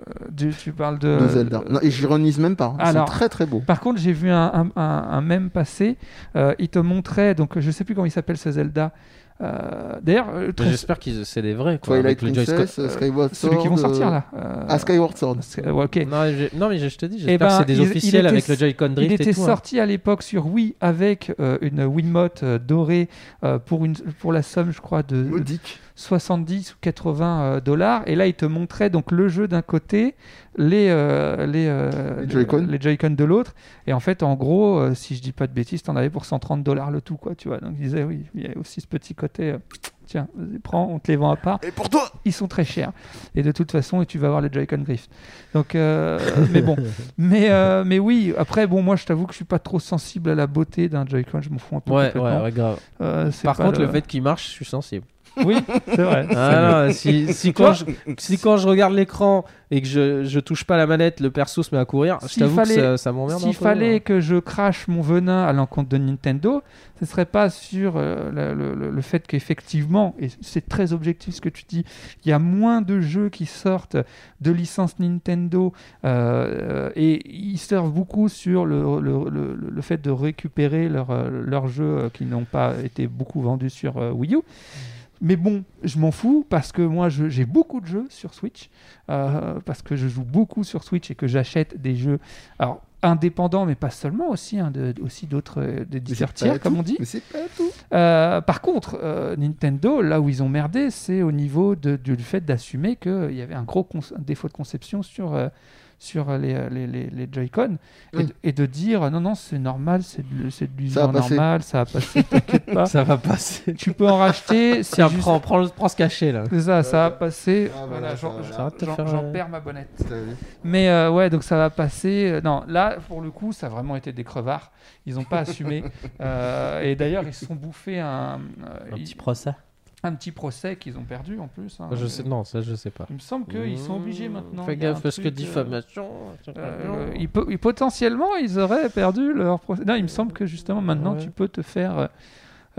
Speaker 3: euh, tu, tu parles de.
Speaker 2: de Zelda. Non, et j'ironise même pas. hein.
Speaker 3: Alors-
Speaker 2: Ils sont très très beaux.
Speaker 3: Par contre, j'ai vu un, un, un, un mème passer. euh, il te montrait, donc je sais plus comment il s'appelle ce Zelda. Euh, D'ailleurs, euh,
Speaker 1: Mais
Speaker 3: très-
Speaker 1: J'espère que c'est des vrais. Quoi, avec
Speaker 2: Twilight
Speaker 1: le joystick.
Speaker 2: Princess, euh, Skyward Sword.
Speaker 3: celui qui vont
Speaker 2: euh,
Speaker 3: sortir là. euh,
Speaker 2: Ah, Skyward Sword.
Speaker 3: c'est- ouais, ok.
Speaker 1: Non, j'ai- non, mais je te dis,
Speaker 3: Eh
Speaker 1: j'espère
Speaker 3: ben,
Speaker 1: que c'est des
Speaker 3: il- il
Speaker 1: officiels
Speaker 3: était
Speaker 1: avec
Speaker 3: s-
Speaker 1: le Joy-Con Drift
Speaker 3: Il
Speaker 1: et
Speaker 3: était
Speaker 1: tout. hein.
Speaker 3: sorti à l'époque sur Wii avec euh, une Wiimote euh, dorée euh, pour, une, pour la somme, je crois, de
Speaker 2: Modique.
Speaker 3: 70 ou 80 euh, dollars. Et là, il te montrait donc le jeu d'un côté, les, euh, les, euh,
Speaker 2: Les Joy-Con.
Speaker 3: les Joy-Con de l'autre. Et en fait, en gros, euh, si je dis pas de bêtises, t'en avais pour 130 dollars le tout, quoi. Tu vois. Donc, il disait, oui, il y a aussi ce petit côté. euh, Tiens, vas-y, prends, on te les vend à part.
Speaker 2: Et pour toi
Speaker 3: Ils sont très chers. Et de toute façon, et tu vas avoir le Joy-Con Griff. Donc, euh, mais bon. Mais, euh, mais oui, après, bon, moi, je t'avoue que je suis pas trop sensible à la beauté d'un Joy-Con. Je m'en fous un peu
Speaker 1: Ouais, ouais,
Speaker 3: complètement.
Speaker 1: ouais, grave.
Speaker 3: Euh, c'est
Speaker 1: Par
Speaker 3: pas
Speaker 1: contre, le fait qu'il marche, je suis sensible.
Speaker 3: Oui, c'est vrai.
Speaker 1: Ah non, si, si quand je, si quand je regarde l'écran et que je, je touche pas la manette, le perso se met à courir, je
Speaker 3: S'il
Speaker 1: t'avoue que
Speaker 3: fallait-
Speaker 1: ça, ça m'emmerde un
Speaker 3: S'il
Speaker 1: peu, hein.
Speaker 3: fallait
Speaker 1: ouais.
Speaker 3: que je crache mon venin à l'encontre de Nintendo, ce serait pas sur euh, le, le- le- le fait qu'effectivement, et c'est très objectif ce que tu dis, il y a moins de jeux qui sortent de licences Nintendo euh, et ils servent beaucoup sur le, le- le- le- le fait de récupérer leurs euh, leurs jeux euh, qui n'ont pas été beaucoup vendus sur euh, Wii U. Mais bon, je m'en fous parce que moi je- j'ai beaucoup de jeux sur Switch, euh, parce que je joue beaucoup sur Switch et que j'achète des jeux alors, indépendant, mais pas seulement, aussi, hein, de- aussi d'autres euh,
Speaker 2: Mais c'est
Speaker 3: d'éditeurs
Speaker 2: pas
Speaker 3: tiers,
Speaker 2: tout.
Speaker 3: comme on dit.
Speaker 2: Mais c'est pas tout.
Speaker 3: Euh, par contre, euh, Nintendo, là où ils ont merdé, c'est au niveau de- du fait d'assumer qu'il y avait un gros cons- un défaut de conception sur, euh, sur euh, les, euh, les, les- les Joy-Con et,
Speaker 2: Mm.
Speaker 3: de- et de dire non, non, c'est normal, c'est de, c'est de
Speaker 2: Ça va
Speaker 3: l'usure
Speaker 2: passer.
Speaker 3: normale, ça va passer, t'inquiète pas.
Speaker 1: Ça va passer.
Speaker 3: tu peux en racheter, c'est
Speaker 1: Tiens,
Speaker 3: juste.
Speaker 1: prends, prends, le- prends ce cachet là.
Speaker 3: C'est ça, ça va passer.
Speaker 2: Ah, voilà,
Speaker 3: Voilà,
Speaker 2: ça
Speaker 3: j'en-
Speaker 2: va.
Speaker 1: Ça va peut-être
Speaker 3: j'en-
Speaker 1: faire,
Speaker 3: j'en
Speaker 1: euh,
Speaker 3: perds ma bonnette.
Speaker 2: T'as vu
Speaker 3: Mais euh, ouais, donc ça va passer. Euh, Non, là, pour le coup, ça a vraiment été des crevards. Ils n'ont pas assumé. Euh, et d'ailleurs, ils se sont bouffés un, euh,
Speaker 4: Un
Speaker 3: ils-
Speaker 4: petit procès.
Speaker 3: un petit procès qu'ils ont perdu en plus. hein.
Speaker 1: Je sais, non, ça je sais pas.
Speaker 3: Il me semble qu'ils sont obligés maintenant.
Speaker 1: Fais
Speaker 3: il y a
Speaker 1: gaffe
Speaker 3: un
Speaker 1: parce que
Speaker 3: truc, euh,
Speaker 1: diffamation.
Speaker 3: euh, ils po- ils- potentiellement, ils auraient perdu leur procès. Non, il me semble que justement maintenant,
Speaker 1: Ouais.
Speaker 3: tu peux te faire euh,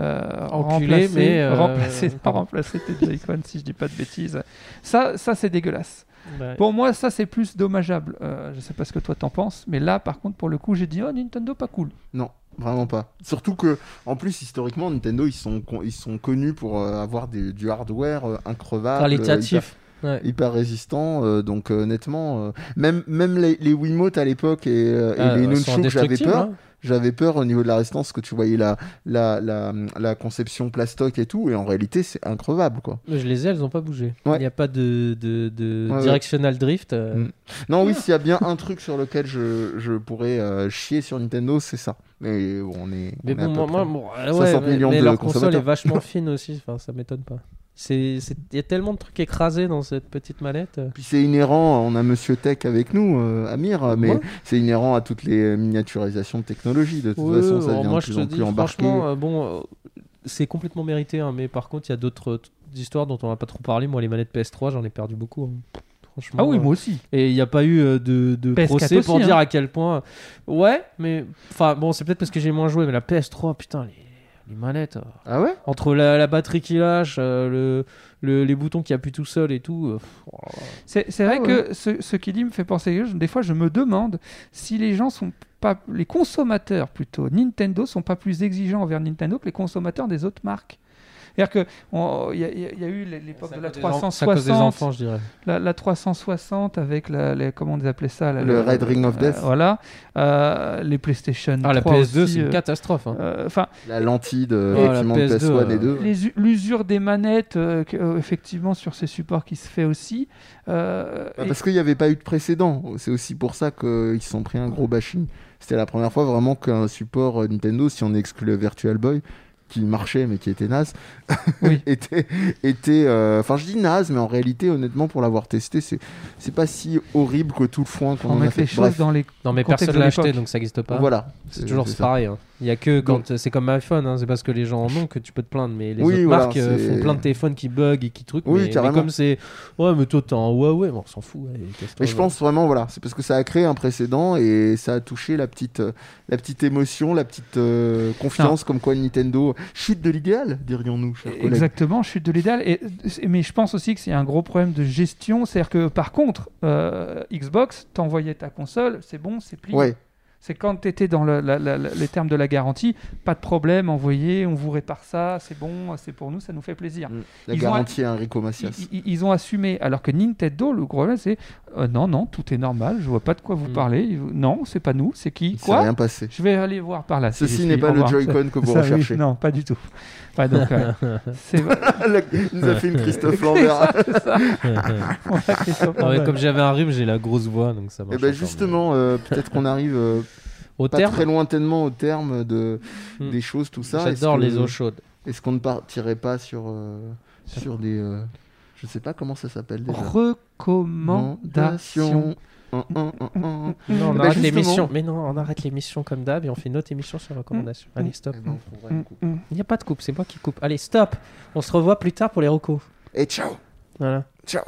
Speaker 3: euh,
Speaker 1: Enculer,
Speaker 3: remplacer,
Speaker 1: mais, euh,
Speaker 3: remplacer,
Speaker 1: pardon.
Speaker 3: remplacer tes Joy-Con si je dis pas de bêtises. Ça, ça c'est dégueulasse.
Speaker 1: Ouais.
Speaker 3: Pour moi, ça c'est plus dommageable. Euh, je sais pas ce que toi t'en penses, mais là, par contre, pour le coup, j'ai dit oh Nintendo pas cool.
Speaker 2: Non, vraiment pas. Surtout que, en plus, historiquement, Nintendo, ils sont, con- ils sont connus pour euh, avoir des- du hardware euh, increvable, euh,
Speaker 1: Qualitatif. Ouais.
Speaker 2: hyper, hyper résistant. euh, donc, euh, honnêtement, euh, même, même les, les Wiimote à l'époque et, euh, et
Speaker 1: Ah, ils
Speaker 2: les
Speaker 1: sont
Speaker 2: Nunchuk, j'avais
Speaker 1: indestructibles,
Speaker 2: peur.
Speaker 1: hein.
Speaker 2: J'avais peur au niveau de la résistance, que tu voyais la, la, la, la conception plastoc et tout, et en réalité, c'est increvable, quoi.
Speaker 1: Mais Je les ai, elles ont pas bougé. Il
Speaker 2: Ouais.
Speaker 1: n'y a pas de, de, de
Speaker 2: Ouais, ouais.
Speaker 1: directional drift. euh,
Speaker 2: Mm. Non, oui, s'il y a bien un truc sur lequel je, je pourrais euh, chier sur Nintendo, c'est ça. Mais bon, on est.
Speaker 1: Mais
Speaker 2: on est à
Speaker 1: bon,
Speaker 2: peu
Speaker 1: moi,
Speaker 2: près.
Speaker 1: moi, bon, ah
Speaker 2: 60
Speaker 1: ouais, mais,
Speaker 2: millions
Speaker 1: mais
Speaker 2: de
Speaker 1: leur console est
Speaker 2: consommateurs.
Speaker 1: vachement fine aussi, enfin, ça m'étonne pas. Il y a tellement de trucs écrasés dans cette petite mallette. euh.
Speaker 2: Puis c'est inhérent, on a Monsieur Tech avec nous, euh, Amir, mais
Speaker 1: Ouais.
Speaker 2: c'est inhérent à toutes les miniaturisations de technologie. De toute
Speaker 1: Ouais,
Speaker 2: façon, ça
Speaker 1: alors
Speaker 2: devient de
Speaker 1: moi je
Speaker 2: plus
Speaker 1: te
Speaker 2: en
Speaker 1: dis,
Speaker 2: plus embarqué.
Speaker 1: franchement, euh, bon, euh, c'est complètement mérité, hein, mais par contre, il y a d'autres euh, t- histoires dont on n'a pas trop parlé. Moi, les manettes PS3, j'en ai perdu beaucoup. hein. Franchement,
Speaker 3: Ah oui,
Speaker 1: euh,
Speaker 3: moi aussi.
Speaker 1: Et il n'y a pas eu euh, de, de
Speaker 3: PS4
Speaker 1: procès pour
Speaker 3: aussi,
Speaker 1: dire
Speaker 3: hein.
Speaker 1: à quel point. Ouais, mais. Enfin, bon, c'est peut-être parce que j'ai moins joué, mais la PS3, putain, les, les manettes. euh,
Speaker 2: Ah ouais
Speaker 1: Entre la, la batterie qui lâche, euh, le, le- les boutons qui appuient tout seul et tout. euh, pff, oh là là.
Speaker 3: C'est c'est vrai que ce, ce qu'il dit me fait penser. quelque chose. Des fois, je me demande si les gens sont pas, les consommateurs plutôt Nintendo sont pas plus exigeants envers Nintendo que les consommateurs des autres marques. C'est-à-dire qu'il y, a- il y a eu l'époque de la
Speaker 1: C'est à cause des
Speaker 3: 360,
Speaker 1: enfants, je dirais.
Speaker 3: la, la 360 avec la, les- comment on appelait ça la-
Speaker 2: Le
Speaker 3: la-
Speaker 2: Red Ring of
Speaker 3: euh,
Speaker 2: Death.
Speaker 3: voilà, Euh, les PlayStation.
Speaker 1: Ah, la
Speaker 3: 3
Speaker 1: PS2,
Speaker 3: aussi,
Speaker 1: c'est une
Speaker 3: euh,
Speaker 1: catastrophe. hein.
Speaker 3: euh, Enfin,
Speaker 2: La lentille de,
Speaker 1: Oh, la
Speaker 2: effectivement, de
Speaker 1: PS2,
Speaker 2: PS1 et
Speaker 1: euh,
Speaker 2: 2.
Speaker 3: Les u- L'usure des manettes, euh, que- euh, effectivement, sur ces supports qui se fait aussi. Euh,
Speaker 2: Bah,
Speaker 3: et-
Speaker 2: parce qu'il n'y avait pas eu de précédent. C'est aussi pour ça qu'ils se sont pris un gros bashing. C'était la première fois vraiment qu'un support euh, Nintendo, si on exclut le Virtual Boy, qui marchait mais qui était naze,
Speaker 3: Oui.
Speaker 2: était. était, euh, Enfin, je dis naze, mais en réalité, honnêtement, pour l'avoir testé, c'est c'est pas si horrible que tout le foin qu'on
Speaker 3: on
Speaker 2: en a
Speaker 3: mettre
Speaker 2: fait.
Speaker 3: les choses
Speaker 2: Bref,
Speaker 3: dans les.
Speaker 1: Non, mais
Speaker 3: contexte
Speaker 1: personne
Speaker 3: de
Speaker 1: l'a acheté,
Speaker 3: l'époque.
Speaker 1: donc ça n'existe pas.
Speaker 2: voilà. Euh,
Speaker 1: C'est toujours
Speaker 2: c'est
Speaker 1: c'est
Speaker 2: ça.
Speaker 1: pareil. hein. Il y a que quand
Speaker 2: Donc-
Speaker 1: euh, c'est comme iPhone, hein, c'est parce que les gens en ont que tu peux te plaindre. Mais les
Speaker 2: Oui,
Speaker 1: autres
Speaker 2: voilà,
Speaker 1: marques euh,
Speaker 2: c'est-
Speaker 1: font plein de téléphones qui bug et qui truc.
Speaker 2: Oui,
Speaker 1: mais, mais
Speaker 2: carrément.
Speaker 1: comme c'est ouais, mais toi t'es en Huawei, bon, on s'en fout. allez, casse-toi,
Speaker 2: Mais je
Speaker 1: ouais.
Speaker 2: pense vraiment, voilà, c'est parce que ça a créé un précédent et ça a touché la petite, euh, la petite émotion, la petite euh, confiance, comme quoi Nintendo chute de l'idéal, dirions-nous, chers collègues.
Speaker 3: Exactement, chute de l'idéal. Et, et- mais je pense aussi que c'est un gros problème de gestion. C'est-à-dire que, par contre, euh, Xbox, t'envoyais ta console, c'est bon, c'est plié.
Speaker 2: Ouais,
Speaker 3: C'est quand tu étais dans le- la- la- la- les termes de la garantie, pas de problème, envoyez, on vous répare ça, c'est bon, c'est pour nous, ça nous fait plaisir.
Speaker 2: la
Speaker 3: Ils ont
Speaker 2: garantie à Enrico Macias.
Speaker 3: Ils, ils- ils ont assumé, alors que Nintendo, le gros problème, c'est euh, non, non, tout est normal, je vois pas de quoi vous
Speaker 1: Mm.
Speaker 3: parlez, Il- non, c'est pas nous, c'est qui
Speaker 2: Il s'est
Speaker 3: Quoi
Speaker 2: rien passé.
Speaker 3: Je vais aller voir par là. si
Speaker 2: Ceci
Speaker 3: j'y
Speaker 2: n'est
Speaker 3: suis,
Speaker 2: pas
Speaker 3: au
Speaker 2: le
Speaker 3: revoir.
Speaker 2: Joy-Con que vous
Speaker 3: Ça, oui,
Speaker 2: recherchez.
Speaker 3: non, pas du tout. Ouais, donc, euh, c'est
Speaker 2: La- Il nous a fait une Christophe Lambert.
Speaker 3: on a fait ça pas
Speaker 1: Ah Ouais,
Speaker 3: mal.
Speaker 1: comme j'avais un rhume, j'ai la grosse voix, donc ça marche.
Speaker 2: Et ben
Speaker 1: encore
Speaker 2: justement, euh, peut-être qu'on arrive euh,
Speaker 1: mieux. au
Speaker 2: pas
Speaker 1: terme,
Speaker 2: très lointainement au terme de
Speaker 1: Hmm.
Speaker 2: des choses, tout ça.
Speaker 1: j'adore
Speaker 2: Est-ce que-
Speaker 1: les eaux chaudes.
Speaker 2: Est-ce qu'on ne partirait pas sur euh, sur des, euh, je sais pas comment ça s'appelle déjà.
Speaker 3: Recommandation.
Speaker 2: Recommandation. un, un, un, un.
Speaker 1: Non, on
Speaker 2: Bah,
Speaker 1: arrête
Speaker 2: justement.
Speaker 1: l'émission. Mais non, on arrête l'émission comme d'hab et on fait une autre émission sur recommandation.
Speaker 3: Mm.
Speaker 1: Allez, stop.
Speaker 2: Eh ben, on trouvera une coupe.
Speaker 3: Mm, mm.
Speaker 1: Il n'y a pas de coupe, c'est moi qui coupe. Allez, stop. On se revoit plus tard pour les recos.
Speaker 2: Et Eh, ciao
Speaker 1: Voilà.
Speaker 2: Ciao